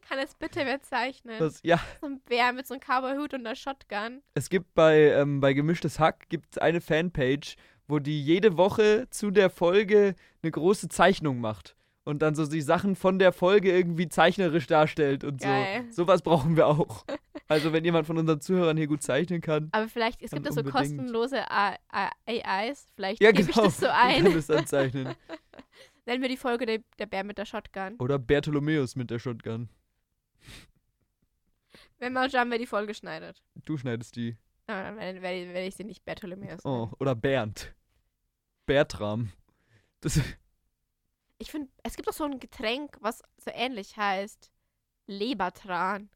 Speaker 1: Kann es bitte wer zeichnen?
Speaker 2: Das, ja,
Speaker 1: so ein Bär mit so einem Cowboy-Hut und einer Shotgun.
Speaker 2: es gibt bei, ähm, bei Gemischtes Hack gibt's eine Fanpage, wo die jede Woche zu der Folge eine große Zeichnung macht. Und dann so die Sachen von der Folge irgendwie zeichnerisch darstellt und
Speaker 1: Geil.
Speaker 2: so. Sowas brauchen wir auch. Also wenn jemand von unseren Zuhörern hier gut zeichnen kann.
Speaker 1: Aber vielleicht, es
Speaker 2: Dann
Speaker 1: gibt ja so
Speaker 2: unbedingt.
Speaker 1: kostenlose A- A- AIs. Vielleicht
Speaker 2: Ja,
Speaker 1: gebe
Speaker 2: genau.
Speaker 1: ich das so
Speaker 2: man Kann
Speaker 1: ein.
Speaker 2: das dann zeichnen.
Speaker 1: Nennen wir die Folge der, der Bär mit der Shotgun.
Speaker 2: Oder Bartholomäus mit der Shotgun.
Speaker 1: Wenn Marjan mir die Folge schneidet.
Speaker 2: Du schneidest die.
Speaker 1: Aber dann werde werde- werde ich sie nicht ne? Bartholomäus.
Speaker 2: Oh,
Speaker 1: nennen.
Speaker 2: oder Bernd. Bertram. Das,
Speaker 1: Ich finde, es gibt doch so ein Getränk, was so ähnlich heißt. Lebertran.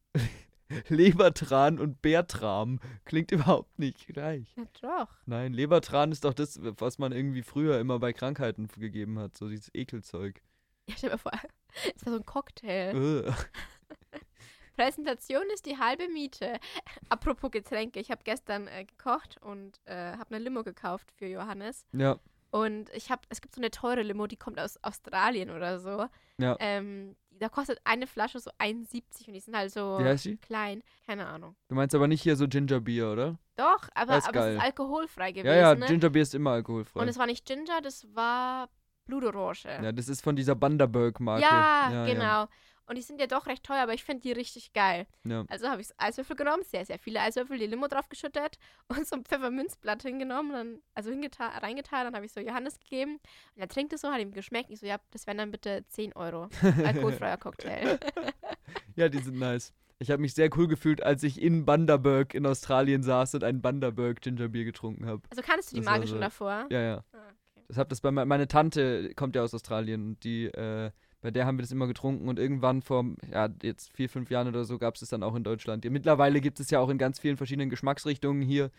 Speaker 2: Lebertran und Bertram klingt überhaupt nicht gleich.
Speaker 1: Na doch.
Speaker 2: Nein, Lebertran ist doch das, was man irgendwie früher immer bei Krankheiten f- gegeben hat, so dieses Ekelzeug.
Speaker 1: Ich stell mir vor, es war so ein Cocktail.
Speaker 2: Äh,
Speaker 1: Präsentation ist die halbe Miete. Apropos Getränke, ich habe gestern äh, gekocht und äh, habe eine Limo gekauft für Johannes.
Speaker 2: ja,
Speaker 1: Und ich habe, es gibt so eine teure Limo, die kommt aus Australien oder so.
Speaker 2: Ja.
Speaker 1: Ähm, da kostet eine Flasche so 1,70 und die sind halt so
Speaker 2: wie heißt die?
Speaker 1: klein. Keine Ahnung.
Speaker 2: Du meinst aber nicht hier so Ginger Beer, oder?
Speaker 1: Doch, aber,
Speaker 2: Das
Speaker 1: aber es
Speaker 2: ist
Speaker 1: ist
Speaker 2: geil.
Speaker 1: alkoholfrei gewesen.
Speaker 2: Ja, ja,
Speaker 1: ne?
Speaker 2: Ginger Beer ist immer alkoholfrei.
Speaker 1: Und es war nicht Ginger, das war Blutorange.
Speaker 2: ja, das ist von dieser Bundaberg-Marke.
Speaker 1: Ja,
Speaker 2: Ah, ja.
Speaker 1: genau. Und die sind ja doch recht teuer, aber ich finde die richtig geil.
Speaker 2: Ja.
Speaker 1: Also habe ich Eiswürfel genommen, sehr, sehr viele Eiswürfel, die Limo draufgeschüttet und so ein Pfefferminzblatt hingenommen, dann, also hingetan, reingetan, dann habe ich so Johannes gegeben. Und er trinkt es so, hat ihm geschmeckt. Ich so, ja, das wären dann bitte 10 Euro. Alkoholfreier Cocktail.
Speaker 2: Ja, die sind nice. Ich habe mich sehr cool gefühlt, als ich in Bundaberg in Australien saß und ein Bundaberg Ginger Beer getrunken habe.
Speaker 1: Also kannst du die
Speaker 2: Das war
Speaker 1: Magie schon
Speaker 2: so-
Speaker 1: davor?
Speaker 2: Ja, ja.
Speaker 1: Ah, okay.
Speaker 2: Das hab das bei me meine Tante kommt ja aus Australien und die äh, bei der haben wir das immer getrunken und irgendwann vor ja jetzt vier fünf Jahren oder so gab es das dann auch in Deutschland. Ja, mittlerweile gibt es ja auch in ganz vielen verschiedenen Geschmacksrichtungen hier.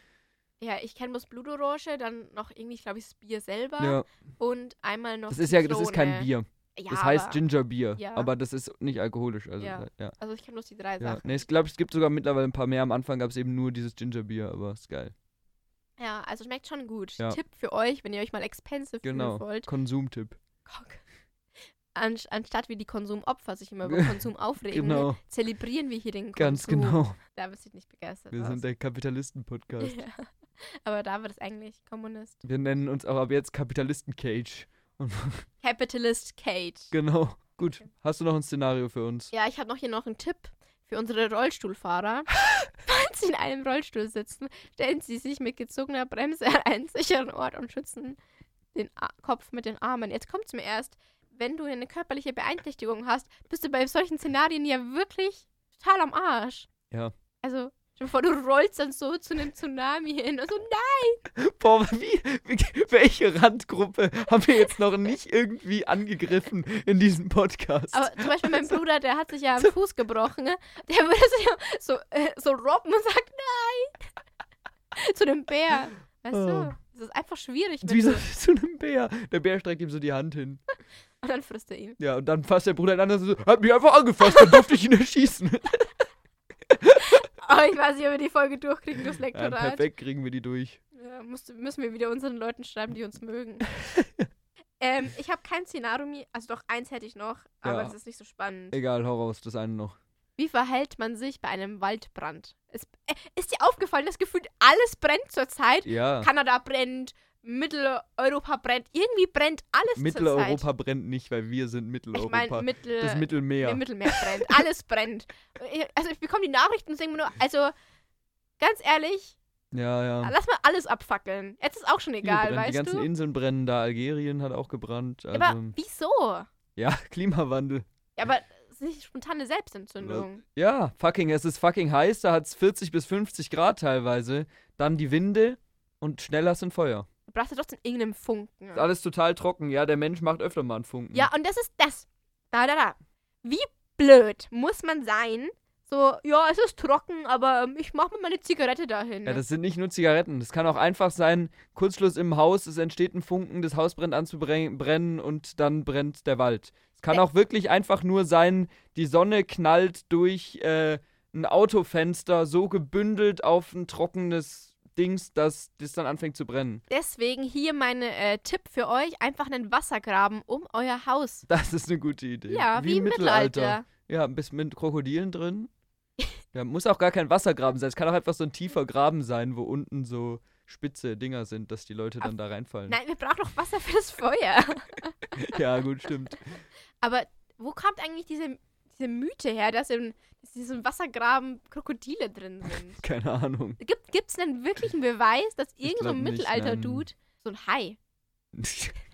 Speaker 1: Ja, ich kenne bloß Blutorange, dann noch irgendwie, glaube ich, das Bier selber
Speaker 2: Ja,
Speaker 1: und einmal noch
Speaker 2: das ist ja das
Speaker 1: Zitrone.
Speaker 2: ist kein Bier.
Speaker 1: Ja,
Speaker 2: Das heißt
Speaker 1: aber-
Speaker 2: Ginger Beer,
Speaker 1: ja.
Speaker 2: aber das ist nicht alkoholisch. Also
Speaker 1: Ja.
Speaker 2: ja. ja.
Speaker 1: Also ich kenne bloß die drei
Speaker 2: ja.
Speaker 1: Sachen.
Speaker 2: Nee, ich glaube, es gibt sogar mittlerweile ein paar mehr. Am Anfang gab es eben nur dieses Ginger Beer, aber ist geil.
Speaker 1: Ja, also schmeckt schon gut.
Speaker 2: Ja.
Speaker 1: Tipp für euch, wenn ihr euch mal expensive
Speaker 2: Genau.
Speaker 1: fühlen wollt.
Speaker 2: Konsumtipp.
Speaker 1: Guck. Anst anstatt wie die Konsumopfer sich immer über Konsum aufregen,
Speaker 2: Genau,
Speaker 1: zelebrieren wir hier den Konsum.
Speaker 2: ganz genau.
Speaker 1: Da bist du nicht begeistert.
Speaker 2: Wir
Speaker 1: aus.
Speaker 2: sind der Kapitalisten Podcast.
Speaker 1: ja. Aber da wird es eigentlich Kommunist.
Speaker 2: Wir nennen uns auch ab jetzt Kapitalisten Cage. Und
Speaker 1: Capitalist Kate.
Speaker 2: Genau. Gut. Hast du noch ein Szenario für uns?
Speaker 1: ja, ich habe noch hier noch einen Tipp für unsere Rollstuhlfahrer. Falls sie in einem Rollstuhl sitzen, stellen sie sich mit gezogener Bremse an einen sicheren Ort und schützen den A Kopf mit den Armen. Jetzt kommt's mir erst, wenn du eine körperliche Beeinträchtigung hast, bist du bei solchen Szenarien ja wirklich total am Arsch.
Speaker 2: Ja.
Speaker 1: Also, stell dir vor, du rollst dann so zu einem Tsunami hin Also und so, nein,
Speaker 2: Boah, wie, wie, welche Randgruppe haben wir jetzt noch nicht irgendwie angegriffen in diesem Podcast?
Speaker 1: Aber zum Beispiel
Speaker 2: Also
Speaker 1: mein Bruder, der hat sich ja am Fuß gebrochen. ne? Der würde sich ja so, äh, so robben und sagt nein. Zu dem Bär. Weißt
Speaker 2: Oh.
Speaker 1: du? Das ist einfach schwierig. Mit
Speaker 2: Wie so
Speaker 1: so-
Speaker 2: zu einem Bär. Der Bär streckt ihm so die Hand hin.
Speaker 1: Und dann frisst er ihn.
Speaker 2: Ja, und dann fasst der Bruder den anderen so, hat mich einfach angefasst, dann durfte ich ihn erschießen.
Speaker 1: Aber ich weiß nicht, ob wir die Folge durchkriegen, das
Speaker 2: Ja,
Speaker 1: Lektorat.
Speaker 2: perfekt kriegen wir die durch.
Speaker 1: Ja, musst, müssen wir wieder unseren Leuten schreiben, die uns mögen. ähm, ich habe kein Szenario, mi- also doch eins hätte ich noch, aber
Speaker 2: Ja.
Speaker 1: das ist nicht so spannend.
Speaker 2: Egal, hau raus, das eine noch.
Speaker 1: Wie verhält man sich bei einem Waldbrand? Es, äh, ist dir aufgefallen, dass gefühlt alles brennt zurzeit?
Speaker 2: Ja,
Speaker 1: Kanada brennt, Mitteleuropa brennt, irgendwie brennt alles
Speaker 2: Mitteleuropa brennt nicht, weil wir sind
Speaker 1: zurzeit. halt- Ich
Speaker 2: Mitteleuropa.
Speaker 1: meine, Mittel,
Speaker 2: das
Speaker 1: nee,
Speaker 2: Mittelmeer.
Speaker 1: Mittelmeer brennt, alles brennt. Also ich bekomme die Nachrichten und denke mir nur, also ganz ehrlich,
Speaker 2: ja, ja.
Speaker 1: lass mal alles abfackeln. Jetzt ist auch schon
Speaker 2: Viele
Speaker 1: egal,
Speaker 2: brennen. die
Speaker 1: weißt
Speaker 2: ganzen
Speaker 1: du?
Speaker 2: Inseln brennen da, Algerien hat auch gebrannt.
Speaker 1: Ja,
Speaker 2: Also,
Speaker 1: Aber wieso?
Speaker 2: ja, Klimawandel.
Speaker 1: Ja, aber es ist nicht spontane Selbstentzündung.
Speaker 2: Ja, fucking, es ist fucking heiß, da hat es 40 bis 50 Grad teilweise. Dann die Winde und schneller sind Feuer.
Speaker 1: Du brauchst ja trotzdem irgendeinen Funken.
Speaker 2: Ist alles total trocken, ja, der Mensch macht öfter mal einen Funken.
Speaker 1: Ja, und das ist das. Da, da, da. Wie blöd muss man sein? So, ja, es ist trocken, aber ähm, ich mache mir meine Zigarette dahin.
Speaker 2: Ja, das sind nicht nur Zigaretten. Das kann auch einfach sein, Kurzschluss im Haus, es entsteht ein Funken, das Haus brennt an zu bren- brennen und dann brennt der Wald. Es kann
Speaker 1: Ä-
Speaker 2: auch wirklich einfach nur sein, die Sonne knallt durch äh, ein Autofenster so gebündelt auf ein trockenes Dings, dass das dann anfängt zu brennen.
Speaker 1: Deswegen hier mein äh, Tipp für euch: einfach einen Wassergraben um euer Haus.
Speaker 2: Das ist eine gute Idee.
Speaker 1: Ja, wie, im Mittelalter.
Speaker 2: Ja, ein bisschen mit Krokodilen drin. Da muss auch gar kein Wassergraben sein. Es kann auch einfach so ein tiefer Graben sein, wo unten so spitze Dinger sind, dass die Leute dann da reinfallen.
Speaker 1: Nein, wir brauchen noch Wasser fürs Feuer.
Speaker 2: Ja, gut, stimmt.
Speaker 1: Aber wo kommt eigentlich diese, diese Mythe her, dass in, dass in diesem Wassergraben Krokodile drin sind?
Speaker 2: Keine Ahnung.
Speaker 1: Gibt es einen wirklichen Beweis, dass irgend so
Speaker 2: glaub
Speaker 1: ein
Speaker 2: nicht,
Speaker 1: Mittelalter-Dude, so ein Hai,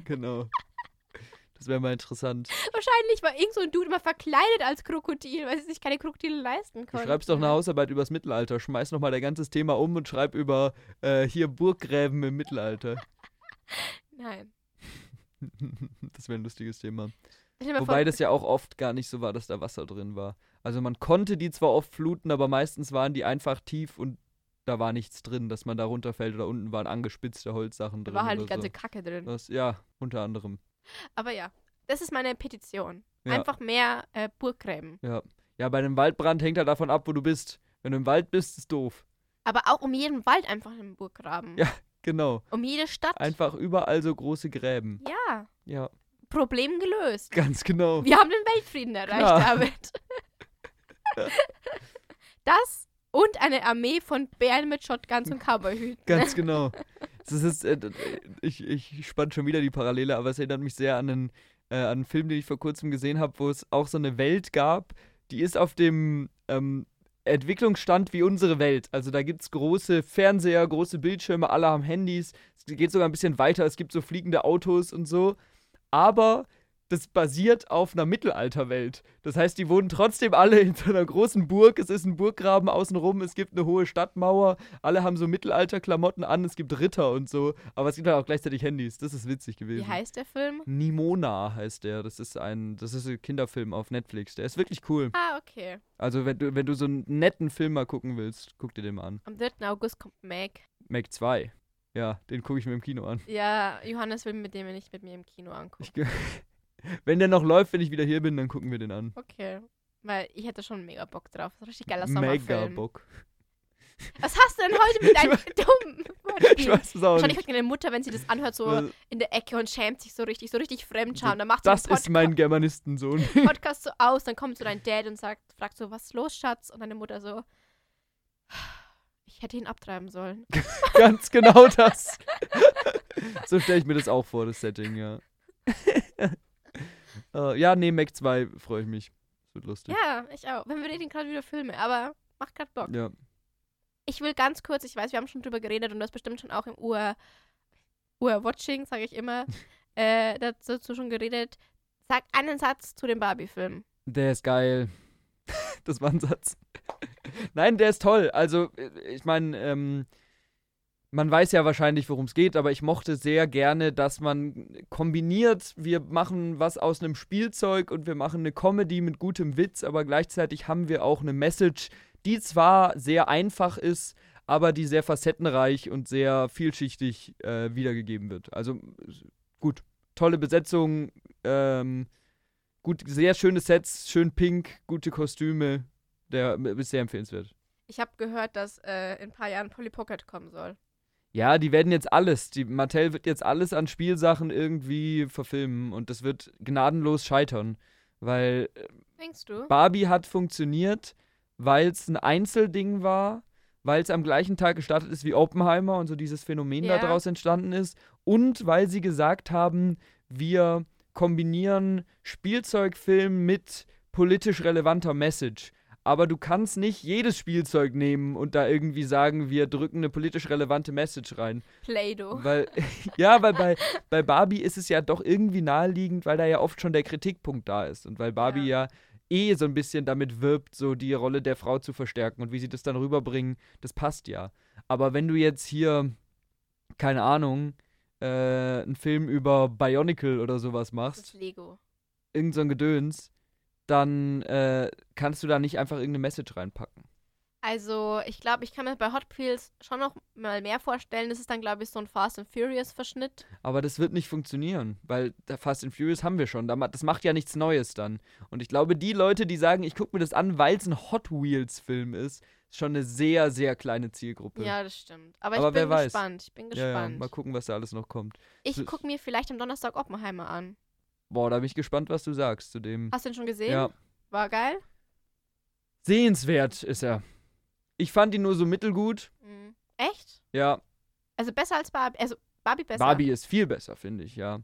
Speaker 2: genau. Das wäre mal interessant.
Speaker 1: wahrscheinlich war irgend so ein Dude immer verkleidet als Krokodil, weil sie sich keine Krokodile leisten
Speaker 2: Du
Speaker 1: konnten.
Speaker 2: schreibst doch eine Hausarbeit übers Mittelalter. Schmeiß nochmal dein ganzes Thema um und schreib über äh, hier Burggräben im Mittelalter.
Speaker 1: Nein.
Speaker 2: Das wäre ein lustiges Thema.
Speaker 1: Stell dir mal
Speaker 2: Wobei
Speaker 1: vor,
Speaker 2: das ja auch oft gar nicht so war, dass da Wasser drin war. Also man konnte die zwar oft fluten, aber meistens waren die einfach tief und da war nichts drin, dass man da runterfällt oder unten waren angespitzte Holzsachen
Speaker 1: da
Speaker 2: drin.
Speaker 1: war halt die
Speaker 2: oder
Speaker 1: ganze
Speaker 2: so.
Speaker 1: Kacke drin.
Speaker 2: das, Ja, unter anderem.
Speaker 1: Aber ja, das ist meine Petition.
Speaker 2: Ja.
Speaker 1: Einfach mehr äh, Burggräben.
Speaker 2: Ja, bei einem Waldbrand hängt er davon ab, wo du bist. Wenn du im Wald bist, ist doof.
Speaker 1: Aber auch um jeden Wald einfach einen Burggraben.
Speaker 2: Ja. Genau.
Speaker 1: Um jede Stadt.
Speaker 2: Einfach überall so große Gräben.
Speaker 1: ja.
Speaker 2: Ja,
Speaker 1: Problem gelöst.
Speaker 2: ganz genau.
Speaker 1: Wir haben den Weltfrieden erreicht
Speaker 2: Klar.
Speaker 1: damit.
Speaker 2: Genau.
Speaker 1: das und eine Armee von Bären mit Shotguns und Cowboyhüten.
Speaker 2: Ganz genau. Das ist, äh, d- ich, ich spann schon wieder die Parallele, aber es erinnert mich sehr an einen, äh, an einen Film, den ich vor kurzem gesehen habe, wo es auch so eine Welt gab, die ist auf dem ähm, Entwicklungsstand wie unsere Welt. Also da gibt es große Fernseher, große Bildschirme, alle haben Handys. Es geht sogar ein bisschen weiter, es gibt so fliegende Autos und so. Aber das basiert auf einer Mittelalterwelt. Das heißt, die wohnen trotzdem alle in so einer großen Burg. Es ist ein Burggraben außenrum, es gibt eine hohe Stadtmauer alle haben so Mittelalterklamotten an, es gibt Ritter und so, aber es gibt halt auch gleichzeitig Handys. Das ist witzig gewesen.
Speaker 1: Wie heißt der Film?
Speaker 2: Nimona heißt der. Das ist ein, das ist ein Kinderfilm auf Netflix. Der ist wirklich cool.
Speaker 1: Ah, okay.
Speaker 2: Also wenn du, wenn du so einen netten Film mal gucken willst, guck dir den mal an.
Speaker 1: Am 3. August kommt Mac.
Speaker 2: Mac 2. Ja, den gucke ich mir im Kino an.
Speaker 1: Ja, Johannes will mit dem nicht mit mir im Kino angucken.
Speaker 2: Ich, ge- wenn der noch läuft, wenn ich wieder hier bin, dann gucken wir den an.
Speaker 1: Okay. Weil ich hätte schon mega Bock drauf. Das ist ein richtig geiler
Speaker 2: Mega
Speaker 1: Sommerfilm.
Speaker 2: Bock.
Speaker 1: Was hast du denn heute mit deinen dummen
Speaker 2: Ich
Speaker 1: Worten?
Speaker 2: weiß es auch
Speaker 1: Wahrscheinlich
Speaker 2: nicht.
Speaker 1: hört meine Mutter, wenn sie das anhört, so
Speaker 2: Also,
Speaker 1: in der Ecke und schämt sich so richtig, so richtig fremdscham. Dann macht sie
Speaker 2: Das
Speaker 1: den Podca
Speaker 2: ist mein Germanistensohn.
Speaker 1: Podcast so aus, dann kommt so dein Dad und sagt, fragt so, was ist los, Schatz? Und deine Mutter so, ich hätte ihn abtreiben sollen.
Speaker 2: Ganz genau das. so stelle ich mir das auch vor, das Setting, ja. äh, ja, nee, Mac 2 freue ich mich. Wird lustig.
Speaker 1: Ja, ich auch. Wenn wir reden gerade wieder Filme, aber macht gerade Bock.
Speaker 2: Ja.
Speaker 1: Ich will ganz kurz, ich weiß, wir haben schon drüber geredet und du hast bestimmt schon auch im Ur, Ur-Watching, sage ich immer, äh, dazu schon geredet. Sag einen Satz zu dem Barbie-Film.
Speaker 2: Der ist geil. das war ein Satz. Nein, der ist toll. Also, äh, ich meine, ähm, man weiß ja wahrscheinlich, worum es geht, aber ich mochte sehr gerne, dass man kombiniert, wir machen was aus einem Spielzeug und wir machen eine Comedy mit gutem Witz, aber gleichzeitig haben wir auch eine Message, die zwar sehr einfach ist, aber die sehr facettenreich und sehr vielschichtig äh, wiedergegeben wird. Also äh, gut, tolle Besetzung, ähm, gut, sehr schöne Sets, schön pink, gute Kostüme. Der ist sehr empfehlenswert.
Speaker 1: Ich habe gehört, dass äh, in ein paar Jahren Polly Pocket kommen soll.
Speaker 2: Ja, die werden jetzt alles, die Mattel wird jetzt alles an Spielsachen irgendwie verfilmen und das wird gnadenlos scheitern, weil
Speaker 1: Denkst du?
Speaker 2: Barbie hat funktioniert, weil es ein Einzelding war, weil es am gleichen Tag gestartet ist wie Oppenheimer und so dieses Phänomen
Speaker 1: Ja.
Speaker 2: daraus entstanden ist und weil sie gesagt haben, wir kombinieren Spielzeugfilm mit politisch relevanter Message. Aber du kannst nicht jedes Spielzeug nehmen und da irgendwie sagen, wir drücken eine politisch relevante Message rein.
Speaker 1: Play-Doh.
Speaker 2: Weil, ja, weil bei, bei Barbie ist es ja doch irgendwie naheliegend, weil da ja oft schon der Kritikpunkt da ist. Und weil Barbie ja. eh so ein bisschen damit wirbt, so die Rolle der Frau zu verstärken und wie sie das dann rüberbringen, das passt ja. Aber wenn du jetzt hier, keine Ahnung, äh, einen Film über Bionicle oder sowas
Speaker 1: Das ist
Speaker 2: machst,
Speaker 1: Lego.
Speaker 2: irgend so ein Gedöns, dann äh, kannst du da nicht einfach irgendeine Message reinpacken.
Speaker 1: Also, ich glaube, ich kann mir bei Hot Wheels schon noch mal mehr vorstellen. Das ist dann, glaube ich, so ein Fast and Furious-Verschnitt.
Speaker 2: Aber das wird nicht funktionieren, weil der Fast and Furious haben wir schon. Da ma- Das macht ja nichts Neues dann. Und ich glaube, die Leute, die sagen, ich gucke mir das an, weil es ein Hot Wheels-Film ist, schon eine sehr, sehr kleine Zielgruppe.
Speaker 1: Ja, das stimmt. Aber ich
Speaker 2: Aber wer
Speaker 1: bin
Speaker 2: weiß.
Speaker 1: gespannt. Ich bin
Speaker 2: ja, ja,
Speaker 1: gespannt.
Speaker 2: mal gucken, was da alles noch kommt.
Speaker 1: ich gucke mir vielleicht am Donnerstag Oppenheimer an.
Speaker 2: Boah, da bin ich gespannt, was du sagst zu dem.
Speaker 1: Hast du den schon gesehen?
Speaker 2: Ja.
Speaker 1: War geil?
Speaker 2: Sehenswert ist er. Ich fand ihn nur so mittelgut.
Speaker 1: Mhm. Echt?
Speaker 2: Ja,
Speaker 1: Also besser als Barbie. Also Barbie besser.
Speaker 2: Barbie ist viel besser, finde ich, ja.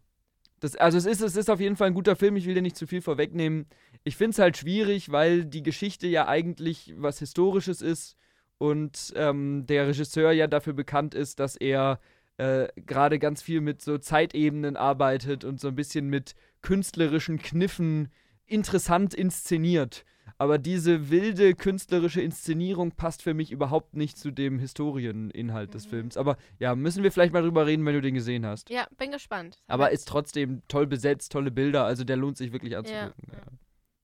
Speaker 2: Das, also es ist, es ist auf jeden Fall ein guter Film, ich will dir nicht zu viel vorwegnehmen. Ich finde es halt schwierig, weil die Geschichte ja eigentlich was Historisches ist und ähm, der Regisseur ja dafür bekannt ist, dass er äh, gerade ganz viel mit so Zeitebenen arbeitet und so ein bisschen mit künstlerischen Kniffen interessant inszeniert. Aber diese wilde künstlerische Inszenierung passt für mich überhaupt nicht zu dem Historieninhalt des
Speaker 1: Mhm.
Speaker 2: Films. Aber ja, müssen wir vielleicht mal drüber reden, wenn du den gesehen hast.
Speaker 1: Ja, bin gespannt.
Speaker 2: Aber ist trotzdem toll besetzt, tolle Bilder, also der lohnt sich wirklich anzugucken.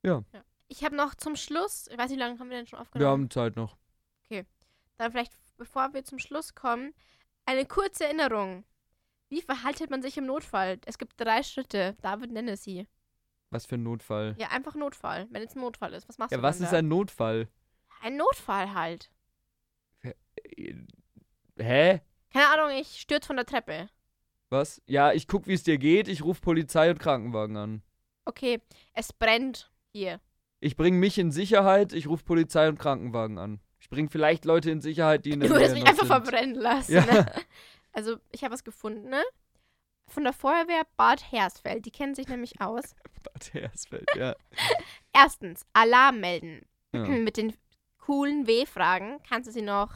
Speaker 1: ja.
Speaker 2: Ja.
Speaker 1: Ich habe noch zum Schluss, ich weiß nicht, wie lange haben wir denn schon
Speaker 2: Wir
Speaker 1: aufgenommen?
Speaker 2: haben Zeit noch.
Speaker 1: Dann vielleicht, bevor wir zum Schluss kommen, eine kurze Erinnerung. Wie verhaltet man sich im Notfall? Es gibt drei Schritte. David nenne sie.
Speaker 2: Was für ein Notfall.
Speaker 1: Ja, einfach Notfall. Wenn jetzt ein Notfall ist, was machst
Speaker 2: Ja,
Speaker 1: du
Speaker 2: was
Speaker 1: dann
Speaker 2: ist
Speaker 1: da?
Speaker 2: ein Notfall?
Speaker 1: Ein Notfall halt.
Speaker 2: Äh, Hä?
Speaker 1: Keine Ahnung, ich stürze von der Treppe.
Speaker 2: Was? Ja, ich guck, wie es dir geht, ich rufe Polizei und Krankenwagen an.
Speaker 1: Okay, es brennt hier.
Speaker 2: Ich bringe mich in Sicherheit, ich rufe Polizei und Krankenwagen an. Ich bringe vielleicht Leute in Sicherheit, die in der
Speaker 1: Du würdest
Speaker 2: Nähe
Speaker 1: mich
Speaker 2: noch
Speaker 1: einfach
Speaker 2: sind.
Speaker 1: verbrennen lassen.
Speaker 2: Ja.
Speaker 1: Ne? Also, ich habe was gefunden, ne? Von der Feuerwehr Bad Hersfeld. Die kennen sich nämlich aus.
Speaker 2: Bad Hersfeld, ja.
Speaker 1: Erstens, Alarm melden.
Speaker 2: Ja,
Speaker 1: Mit den coolen W-Fragen. Kannst du sie noch?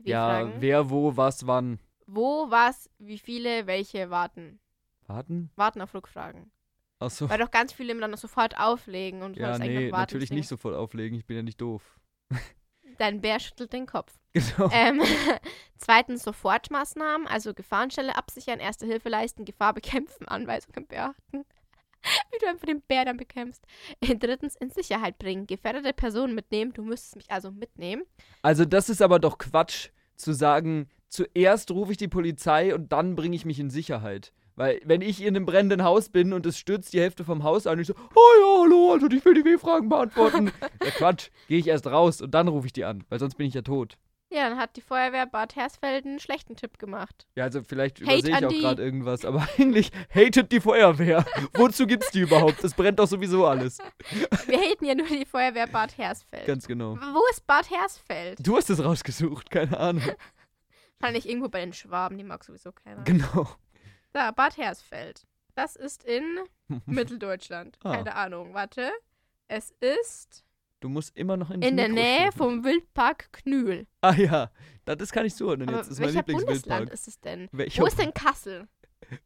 Speaker 1: W-Fragen?
Speaker 2: ja wer, wo, was, wann.
Speaker 1: Wo, was, wie viele, welche warten?
Speaker 2: Warten?
Speaker 1: Warten auf Rückfragen.
Speaker 2: Achso.
Speaker 1: Weil doch ganz viele immer dann noch sofort auflegen und du
Speaker 2: Oh. Ja,
Speaker 1: sollst eigentlich
Speaker 2: nee,
Speaker 1: noch warten.
Speaker 2: natürlich
Speaker 1: deswegen-
Speaker 2: nicht sofort auflegen, ich bin ja nicht doof.
Speaker 1: Dein Bär schüttelt den Kopf.
Speaker 2: Genau.
Speaker 1: Ähm, zweitens Sofortmaßnahmen, also Gefahrenstelle absichern, erste Hilfe leisten, Gefahr bekämpfen, Anweisungen beachten. Wie du einfach den Bär dann bekämpfst. Äh, Drittens in Sicherheit bringen, gefährdete Personen mitnehmen, du müsstest mich also mitnehmen.
Speaker 2: Also das ist aber doch Quatsch, zu sagen, zuerst rufe ich die Polizei und dann bringe ich mich in Sicherheit. Weil wenn ich in einem brennenden Haus bin und es stürzt die Hälfte vom Haus an und ich so, oh ja, hallo, also ich will die W-Fragen beantworten. ja, Quatsch, gehe ich erst raus und dann rufe ich die an, weil sonst bin ich ja tot.
Speaker 1: Ja, dann hat die Feuerwehr Bad Hersfeld einen schlechten Tipp gemacht.
Speaker 2: Ja, also vielleicht
Speaker 1: Hate
Speaker 2: übersehe ich
Speaker 1: an
Speaker 2: auch
Speaker 1: die-
Speaker 2: gerade irgendwas, aber eigentlich hatet die Feuerwehr. Wozu gibt's die überhaupt? Es brennt doch sowieso alles.
Speaker 1: Wir haten ja nur die Feuerwehr Bad Hersfeld.
Speaker 2: Ganz genau.
Speaker 1: Wo ist Bad Hersfeld?
Speaker 2: Du hast es rausgesucht, keine Ahnung.
Speaker 1: Wahrscheinlich irgendwo bei den Schwaben, die mag sowieso keiner.
Speaker 2: Genau.
Speaker 1: Da, Bad Hersfeld. Das ist in Mitteldeutschland.
Speaker 2: Ah.
Speaker 1: Keine Ahnung, warte. Es ist
Speaker 2: Du musst immer noch in
Speaker 1: in der
Speaker 2: Mikro
Speaker 1: Nähe
Speaker 2: sprechen.
Speaker 1: vom Wildpark Knühl.
Speaker 2: Ah ja, da- das kann ich zuordnen.
Speaker 1: Aber
Speaker 2: Jetzt ist mein
Speaker 1: welcher Bundesland
Speaker 2: Lieblingswildpark.
Speaker 1: ist es denn?
Speaker 2: Welcher,
Speaker 1: Wo ist denn Kassel?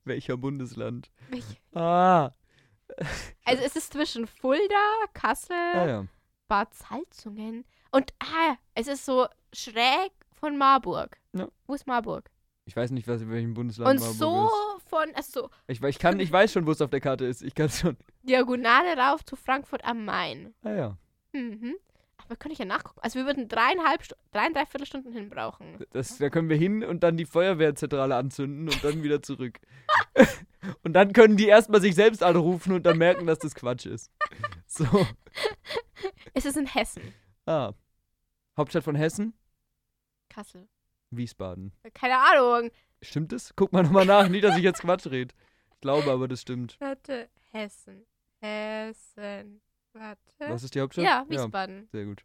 Speaker 2: welcher Bundesland?
Speaker 1: Welch-
Speaker 2: Ah,
Speaker 1: Also es ist zwischen Fulda, Kassel,
Speaker 2: ah ja.
Speaker 1: Bad Salzungen und ah, es ist so schräg von Marburg.
Speaker 2: Ja.
Speaker 1: Wo ist Marburg?
Speaker 2: Ich weiß nicht, was in welchem Bundesland
Speaker 1: Und
Speaker 2: Marburg
Speaker 1: so
Speaker 2: ist.
Speaker 1: von, also so
Speaker 2: Ich, we- ich, kann, ich weiß schon, wo es auf der Karte ist. Ich kann schon.
Speaker 1: Diagonale rauf zu Frankfurt am Main.
Speaker 2: Ah ja,
Speaker 1: Mhm. Aber könnte ich ja nachgucken. Also wir würden dreieinhalb, Stu- drei, dreiviertel Stunden hin brauchen.
Speaker 2: das, da können wir hin und dann die Feuerwehrzentrale anzünden und dann wieder zurück. und dann können die erstmal sich selbst anrufen und dann merken, dass das Quatsch ist. So,
Speaker 1: Es ist in Hessen.
Speaker 2: ah. Hauptstadt von Hessen?
Speaker 1: Kassel. Äh,
Speaker 2: Wiesbaden.
Speaker 1: Keine Ahnung.
Speaker 2: Stimmt es? Guck mal nochmal nach. Nicht, dass ich jetzt Quatsch rede. Ich glaube aber, das stimmt.
Speaker 1: Warte, Hessen. Hessen. Warte.
Speaker 2: Was ist die Hauptstadt?
Speaker 1: Ja, Wiesbaden.
Speaker 2: Sehr gut.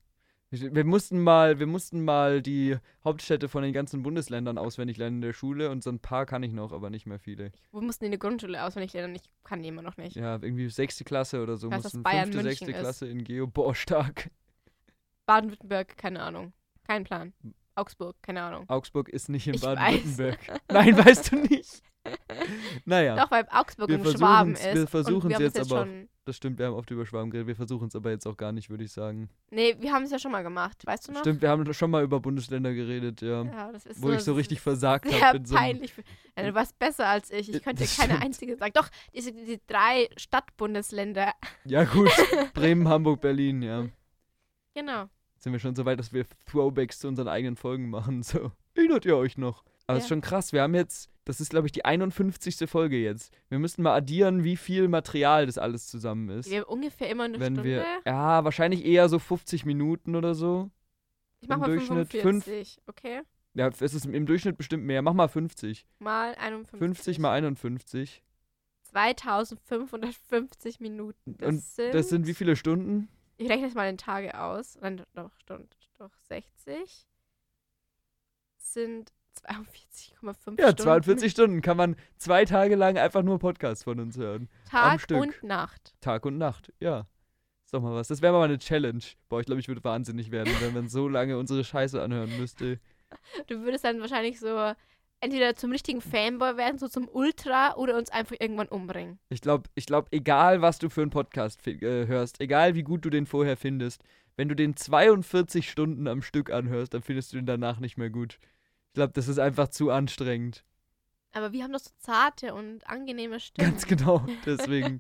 Speaker 2: Ich- Wir mussten mal, wir mussten mal die Hauptstädte von den ganzen Bundesländern auswendig lernen in der Schule und so ein paar kann ich noch, aber nicht mehr viele.
Speaker 1: Wir mussten in die Grundschule auswendig lernen. Ich kann die immer noch nicht.
Speaker 2: Ja, irgendwie sechste Klasse oder so.
Speaker 1: Ich weiß, dass
Speaker 2: mussten
Speaker 1: Bayern
Speaker 2: fünfte,
Speaker 1: München
Speaker 2: sechste
Speaker 1: ist.
Speaker 2: Klasse in Geo. Boah, stark.
Speaker 1: Baden-Württemberg, keine Ahnung. Kein Plan. Augsburg, keine Ahnung.
Speaker 2: Augsburg ist nicht in
Speaker 1: Ich weiß.
Speaker 2: Baden-Württemberg. Nein, weißt du nicht. Naja,
Speaker 1: Doch, weil Augsburg
Speaker 2: Wir
Speaker 1: im Schwaben
Speaker 2: versuchen's-
Speaker 1: ist.
Speaker 2: wir
Speaker 1: und
Speaker 2: versuchen's
Speaker 1: wir haben
Speaker 2: jetzt
Speaker 1: es jetzt
Speaker 2: aber.
Speaker 1: Schon,
Speaker 2: das stimmt, wir haben oft über Schwaben geredet. Wir versuchen es aber jetzt auch gar nicht, würde ich sagen.
Speaker 1: nee, wir haben es ja schon mal gemacht. Weißt du noch?
Speaker 2: Stimmt, wir haben schon mal über Bundesländer geredet, ja.
Speaker 1: Ja, das ist
Speaker 2: Wo ich so richtig versagt
Speaker 1: sehr
Speaker 2: habe. mit so einem-
Speaker 1: peinlich. Ja, du warst besser als ich. Ich konnte
Speaker 2: Das
Speaker 1: keine
Speaker 2: stimmt.
Speaker 1: einzige sagen. Doch, diese, diese drei Stadtbundesländer.
Speaker 2: Ja, gut. Bremen, Hamburg, Berlin, ja.
Speaker 1: Genau.
Speaker 2: sind wir schon so weit, dass wir Throwbacks zu unseren eigenen Folgen machen. So, erinnert ihr euch noch? Aber es ist
Speaker 1: Ja.
Speaker 2: schon krass. Wir haben jetzt, das ist glaube ich die 51. Folge jetzt. Wir müssten mal addieren, wie viel Material das alles zusammen ist.
Speaker 1: Wir haben ungefähr immer eine
Speaker 2: Wenn
Speaker 1: Stunde.
Speaker 2: wir, ja, wahrscheinlich eher so 50 Minuten oder so.
Speaker 1: Ich mach
Speaker 2: Im
Speaker 1: mal
Speaker 2: Durchschnitt fünf-
Speaker 1: 45, okay?
Speaker 2: Ja, es ist im Durchschnitt bestimmt mehr. Mach mal 50.
Speaker 1: Mal 51.
Speaker 2: 50 mal 51.
Speaker 1: 2550 Minuten. Das
Speaker 2: Und
Speaker 1: sind,
Speaker 2: Das sind wie viele Stunden?
Speaker 1: Ich rechne jetzt mal in Tage aus. Dann doch, Stunden, doch 60. Sind 42,5
Speaker 2: Ja,
Speaker 1: Stunden.
Speaker 2: 42 Stunden. Kann man zwei Tage lang einfach nur Podcasts von uns hören. am
Speaker 1: Tag
Speaker 2: Stück.
Speaker 1: und Nacht.
Speaker 2: Tag und Nacht, ja. Ist doch mal was. Das wäre mal eine Challenge. Boah, ich glaube, ich würde wahnsinnig werden, wenn man so lange unsere Scheiße anhören müsste.
Speaker 1: Du würdest dann wahrscheinlich so entweder zum richtigen Fanboy werden, so zum Ultra, oder uns einfach irgendwann umbringen.
Speaker 2: Ich glaube, ich glaub, egal was du für einen Podcast fi- äh, hörst, egal wie gut du den vorher findest, wenn du den 42 Stunden am Stück anhörst, dann findest du ihn danach nicht mehr gut. Ich glaube, das ist einfach zu anstrengend.
Speaker 1: Aber wir haben doch so zarte und angenehme Stimmen.
Speaker 2: Ganz genau. Deswegen,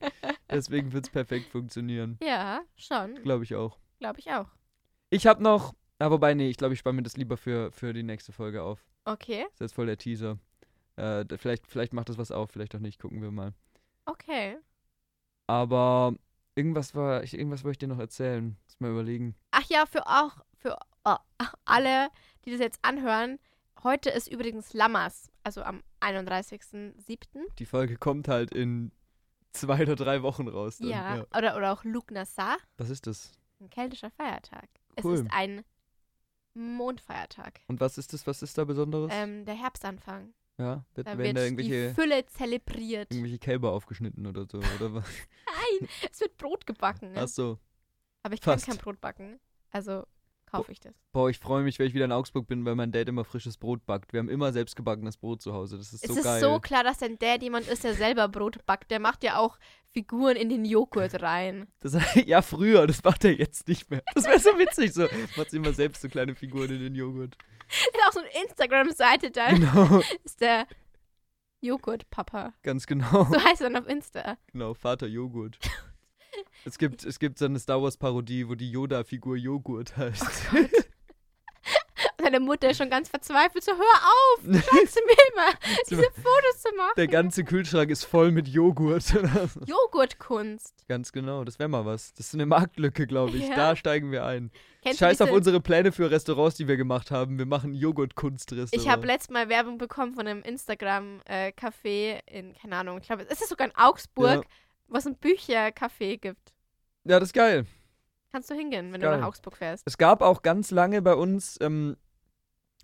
Speaker 2: deswegen wird es perfekt funktionieren.
Speaker 1: Ja, schon.
Speaker 2: Glaube ich auch.
Speaker 1: Glaube ich auch.
Speaker 2: Ich habe noch. Ah, wobei, nee, ich glaube, ich spare mir das lieber für, für die nächste Folge auf.
Speaker 1: Okay,
Speaker 2: Ist jetzt voll der Teaser. Äh, d- vielleicht, vielleicht macht das was auf, vielleicht auch nicht, gucken wir mal.
Speaker 1: okay.
Speaker 2: Aber irgendwas war, ich, irgendwas wollte ich dir noch erzählen. Muss mal überlegen.
Speaker 1: Ach ja, für auch für oh, ach, alle, die das jetzt anhören. Heute ist übrigens Lammers, also am 31.07.
Speaker 2: Die Folge kommt halt in zwei oder drei Wochen raus. Dann.
Speaker 1: Ja, Oder, oder auch Lugnasar,
Speaker 2: Was ist das?
Speaker 1: ein keltischer Feiertag.
Speaker 2: Cool.
Speaker 1: Es ist ein Mondfeiertag.
Speaker 2: Und was ist das? Was ist da Besonderes?
Speaker 1: Ähm, der Herbstanfang.
Speaker 2: ja, wird,
Speaker 1: Da
Speaker 2: werden
Speaker 1: wird
Speaker 2: da
Speaker 1: die
Speaker 2: irgendwelche,
Speaker 1: Fülle zelebriert.
Speaker 2: irgendwelche Kälber aufgeschnitten oder so? Oder was?
Speaker 1: Nein, es wird Brot gebacken. Ne?
Speaker 2: Ach so.
Speaker 1: Aber ich kann
Speaker 2: fast. Oh,
Speaker 1: kein Brot backen. Also kaufe ich das.
Speaker 2: Boah, ich freue mich, wenn ich wieder in Augsburg bin, weil mein Dad immer frisches Brot backt. Wir haben immer selbstgebackenes Brot zu Hause. Das ist
Speaker 1: Es
Speaker 2: so
Speaker 1: ist
Speaker 2: geil.
Speaker 1: so klar, dass dein Dad jemand ist, der selber Brot backt. Der macht ja auch Figuren in den Joghurt rein.
Speaker 2: Das, ja, früher, das macht er jetzt nicht mehr. Das wäre so witzig. So. Macht sich immer selbst so kleine Figuren in den Joghurt.
Speaker 1: Er hat auch so eine Instagram-Seite, da
Speaker 2: Genau,
Speaker 1: ist der Joghurt-Papa.
Speaker 2: ganz genau.
Speaker 1: So heißt er dann auf Insta.
Speaker 2: Genau, Vater Joghurt. Es gibt, es gibt so eine Star Wars-Parodie, wo die Yoda-Figur Joghurt heißt.
Speaker 1: Und seine Mutter ist schon ganz verzweifelt so, hör auf, kannst du mir immer diese Fotos zu machen?
Speaker 2: Der ganze Kühlschrank ist voll mit Joghurt.
Speaker 1: Joghurtkunst.
Speaker 2: ganz genau, das wäre mal was. Das ist eine Marktlücke, glaube ich.
Speaker 1: Ja.
Speaker 2: Da steigen wir ein.
Speaker 1: Kennst du
Speaker 2: Scheiß auf
Speaker 1: diese-
Speaker 2: unsere Pläne für Restaurants, die wir gemacht haben. Wir machen Joghurt-Kunstrestaurant.
Speaker 1: Ich habe letztes Mal Werbung bekommen von einem Instagram-Café in, keine Ahnung, ich glaube, es ist sogar in Augsburg, was ein Büchercafé gibt.
Speaker 2: Ja, das ist geil.
Speaker 1: Kannst du hingehen, wenn
Speaker 2: Geil.
Speaker 1: du nach Augsburg fährst.
Speaker 2: Es gab auch ganz lange bei uns, ähm,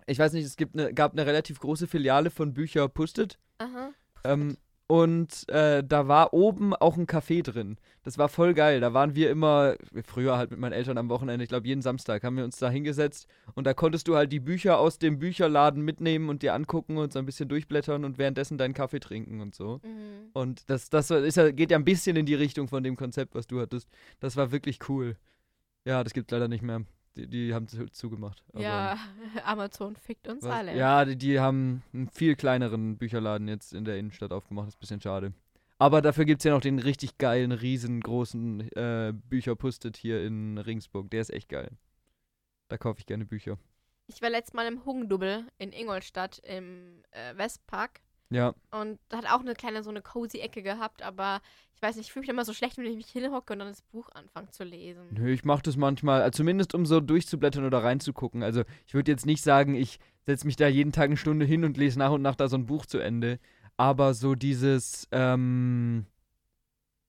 Speaker 2: ich weiß nicht, es gibt eine, gab eine relativ große Filiale von Bücher Pustet.
Speaker 1: Aha.
Speaker 2: Ähm, und äh, da war oben auch ein Café drin. Das war voll geil. Da waren wir immer, früher halt mit meinen Eltern am Wochenende, ich glaube jeden Samstag, haben wir uns da hingesetzt und da konntest du halt die Bücher aus dem Bücherladen mitnehmen und dir angucken und so ein bisschen durchblättern und währenddessen deinen Kaffee trinken und so.
Speaker 1: Mhm.
Speaker 2: Und das, das ist ja, geht ja ein bisschen in die Richtung von dem Konzept, was du hattest. Das war wirklich cool. Ja, das gibt's leider nicht mehr. Die, die haben zu, zugemacht. Aber
Speaker 1: Ja, Amazon fickt uns
Speaker 2: was,
Speaker 1: alle.
Speaker 2: ja, die, die haben einen viel kleineren Bücherladen jetzt in der Innenstadt aufgemacht. Ist ein bisschen schade. Aber dafür gibt's ja noch den richtig geilen, riesengroßen äh, Bücherpustet hier in Ringsburg. Der ist echt geil. Da kaufe ich gerne Bücher.
Speaker 1: Ich war letztes Mal im Hugendubbel in Ingolstadt im äh, Westpark
Speaker 2: Ja,
Speaker 1: und da hat auch eine kleine, so eine cozy Ecke gehabt, aber ich weiß nicht, ich fühle mich immer so schlecht, wenn ich mich hinhocke und dann das Buch anfange zu lesen.
Speaker 2: nö, ich mache das manchmal, äh, zumindest um so durchzublättern oder reinzugucken. Also ich würde jetzt nicht sagen, ich setze mich da jeden Tag eine Stunde hin und lese nach und nach da so ein Buch zu Ende. Aber so dieses, ähm,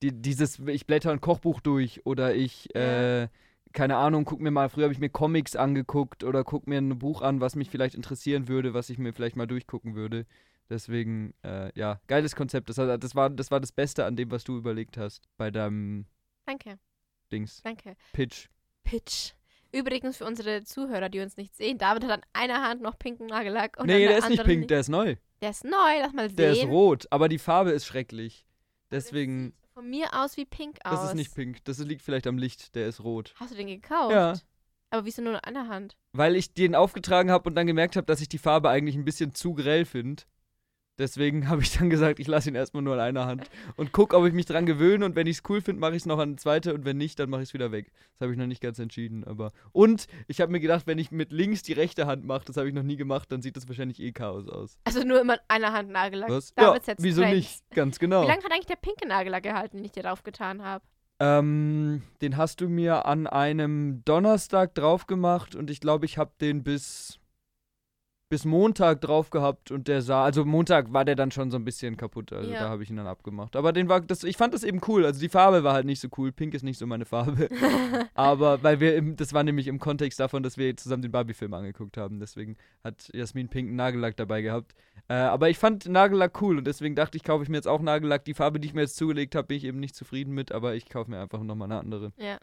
Speaker 2: die, dieses, ich blätter ein Kochbuch durch oder ich, äh, keine Ahnung, guck mir mal, früher habe ich mir Comics angeguckt oder guck mir ein Buch an, was mich vielleicht interessieren würde, was ich mir vielleicht mal durchgucken würde. Deswegen, äh, ja, geiles Konzept. Das, hat- das, war, das war das Beste an dem, was du überlegt hast bei deinem
Speaker 1: Danke,
Speaker 2: Dings,
Speaker 1: danke.
Speaker 2: Pitch.
Speaker 1: Pitch. Übrigens für unsere Zuhörer, die uns nicht sehen, David hat an einer Hand noch pinken Nagellack und an
Speaker 2: nee, der ist nicht
Speaker 1: anderen
Speaker 2: pink, der ist neu.
Speaker 1: Der ist neu, lass mal sehen.
Speaker 2: Der ist rot, aber die Farbe ist schrecklich. Deswegen,
Speaker 1: Sieht Von mir aus wie pink aus.
Speaker 2: das ist nicht pink. Das liegt vielleicht am Licht, der ist rot.
Speaker 1: Hast du den gekauft?
Speaker 2: Ja.
Speaker 1: Aber wieso nur an der Hand?
Speaker 2: Weil ich den aufgetragen habe und dann gemerkt habe, dass ich die Farbe eigentlich ein bisschen zu grell finde. Deswegen habe ich dann gesagt, ich lasse ihn erstmal nur in einer Hand und guck, ob ich mich dran gewöhne. Und wenn ich es cool finde, mache ich es noch an die zweite und wenn nicht, dann mache ich es wieder weg. Das habe ich noch nicht ganz entschieden. Aber und ich habe mir gedacht, wenn ich mit links die rechte Hand mache, das habe ich noch nie gemacht, dann sieht das wahrscheinlich eh Chaos aus.
Speaker 1: Also nur immer an einer Hand Nagellack.
Speaker 2: Was?
Speaker 1: David setzt
Speaker 2: wieso
Speaker 1: Trends.
Speaker 2: nicht? Ganz genau.
Speaker 1: Wie lange hat eigentlich der pinke Nagellack gehalten, den ich dir drauf getan habe?
Speaker 2: Ähm, den hast du mir an einem Donnerstag drauf gemacht und ich glaube, ich habe den bis, bis Montag drauf gehabt und der sah, also Montag war der dann schon so ein bisschen kaputt, also
Speaker 1: Ja.
Speaker 2: da habe ich ihn dann abgemacht. Aber den war, das, ich fand das eben cool, also die Farbe war halt nicht so cool, pink ist nicht so meine Farbe, aber weil wir, im, das war nämlich im Kontext davon, dass wir zusammen den Barbie-Film angeguckt haben, deswegen hat Jasmin Pink einen Nagellack dabei gehabt. Äh, aber ich fand Nagellack cool und deswegen dachte ich, kaufe ich mir jetzt auch Nagellack. Die Farbe, die ich mir jetzt zugelegt habe, bin ich eben nicht zufrieden mit, aber ich kaufe mir einfach nochmal eine andere.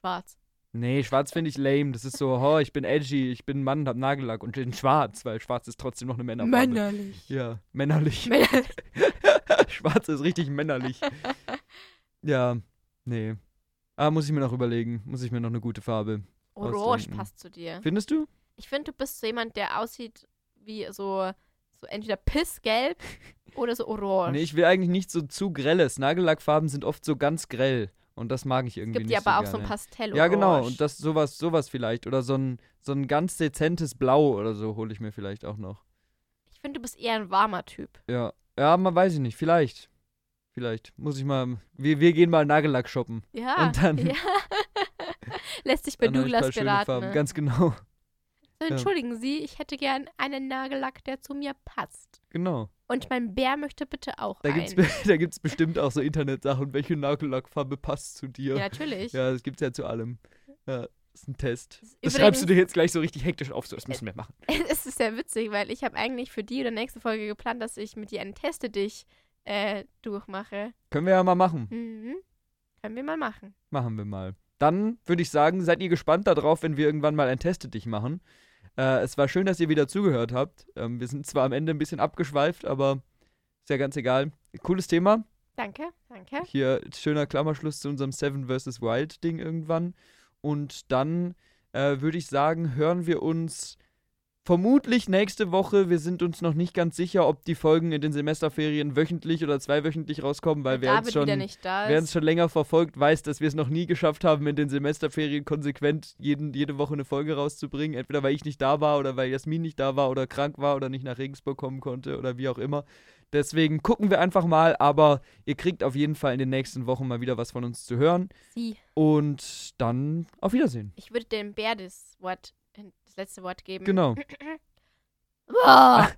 Speaker 1: Schwarz.
Speaker 2: Nee, schwarz finde ich lame. Das ist so, oh, ich bin edgy, ich bin ein Mann und hab Nagellack und in schwarz, weil schwarz ist trotzdem noch eine Männerfarbe.
Speaker 1: Männerlich.
Speaker 2: Ja, männerlich.
Speaker 1: Männerlich.
Speaker 2: schwarz ist richtig männerlich. ja, nee. Ah, muss ich mir noch überlegen. Muss ich mir noch eine gute Farbe.
Speaker 1: Orange
Speaker 2: Ausdenken.
Speaker 1: Oh, passt zu dir.
Speaker 2: Findest du?
Speaker 1: Ich finde, du bist so jemand, der aussieht wie so, so entweder pissgelb oder so orange.
Speaker 2: Nee, ich will eigentlich nicht so zu grelles. Nagellackfarben sind oft so ganz grell und das mag ich irgendwie
Speaker 1: Gibt
Speaker 2: nicht
Speaker 1: ja aber auch
Speaker 2: so
Speaker 1: so ein
Speaker 2: gerne.
Speaker 1: Pastell
Speaker 2: Ja, genau. Und das sowas, sowas vielleicht. Oder so ein, so ein ganz dezentes Blau oder so hole ich mir vielleicht auch noch.
Speaker 1: Ich finde, du bist eher ein warmer Typ.
Speaker 2: Ja. Ja, man weiß ich nicht. Vielleicht. Vielleicht. Muss ich mal. Wir, wir gehen mal Nagellack shoppen.
Speaker 1: Ja.
Speaker 2: Und dann-
Speaker 1: Ja. Lässt sich bei
Speaker 2: Dann hab ich ein paar
Speaker 1: Douglas
Speaker 2: schöne
Speaker 1: beraten.
Speaker 2: Farben.
Speaker 1: ne?
Speaker 2: Ganz genau.
Speaker 1: So, Entschuldigen Sie, ich hätte gern einen Nagellack, der zu mir passt.
Speaker 2: Genau.
Speaker 1: Und mein Bär möchte bitte auch
Speaker 2: Da
Speaker 1: einen.
Speaker 2: gibt's, be- da gibt's bestimmt auch so Internetsachen, welche Nagellackfarbe passt zu dir.
Speaker 1: ja, natürlich.
Speaker 2: Ja, das gibt's ja zu allem. Ja, ist ein Test.
Speaker 1: Ist
Speaker 2: Das schreibst du
Speaker 1: übrigens-
Speaker 2: dir jetzt gleich so richtig hektisch auf, so das müssen wir machen.
Speaker 1: Es ist sehr witzig, weil ich habe eigentlich für die oder nächste Folge geplant, dass ich mit dir einen Teste dich äh, durchmache.
Speaker 2: Können wir ja mal machen.
Speaker 1: Mhm. Können wir mal machen.
Speaker 2: Machen wir mal. Dann würde ich sagen, seid ihr gespannt darauf, wenn wir irgendwann mal ein Teste dich machen. Äh, es war schön, dass ihr wieder zugehört habt. Ähm, wir sind zwar am Ende ein bisschen abgeschweift, aber ist ja ganz egal. Cooles Thema.
Speaker 1: Danke, danke.
Speaker 2: Hier schöner Klammerschluss zu unserem Seven vs. Wild Ding irgendwann. Und dann äh, würde ich sagen, hören wir uns vermutlich nächste Woche. Wir sind uns noch nicht ganz sicher, ob die Folgen in den Semesterferien wöchentlich oder zweiwöchentlich rauskommen, weil wir
Speaker 1: David
Speaker 2: jetzt schon
Speaker 1: wieder nicht da
Speaker 2: Wer uns
Speaker 1: ist.
Speaker 2: schon länger verfolgt, weiß, dass wir es noch nie geschafft haben, in den Semesterferien konsequent jeden, jede Woche eine Folge rauszubringen. Entweder weil ich nicht da war oder weil Jasmin nicht da war oder krank war oder nicht nach Regensburg kommen konnte oder wie auch immer. Deswegen gucken wir einfach mal, aber ihr kriegt auf jeden Fall in den nächsten Wochen mal wieder was von uns zu hören.
Speaker 1: Sie.
Speaker 2: Und dann auf Wiedersehen.
Speaker 1: Ich würde dem Bär das Wort, das letzte Wort geben.
Speaker 2: Genau.
Speaker 1: Boah.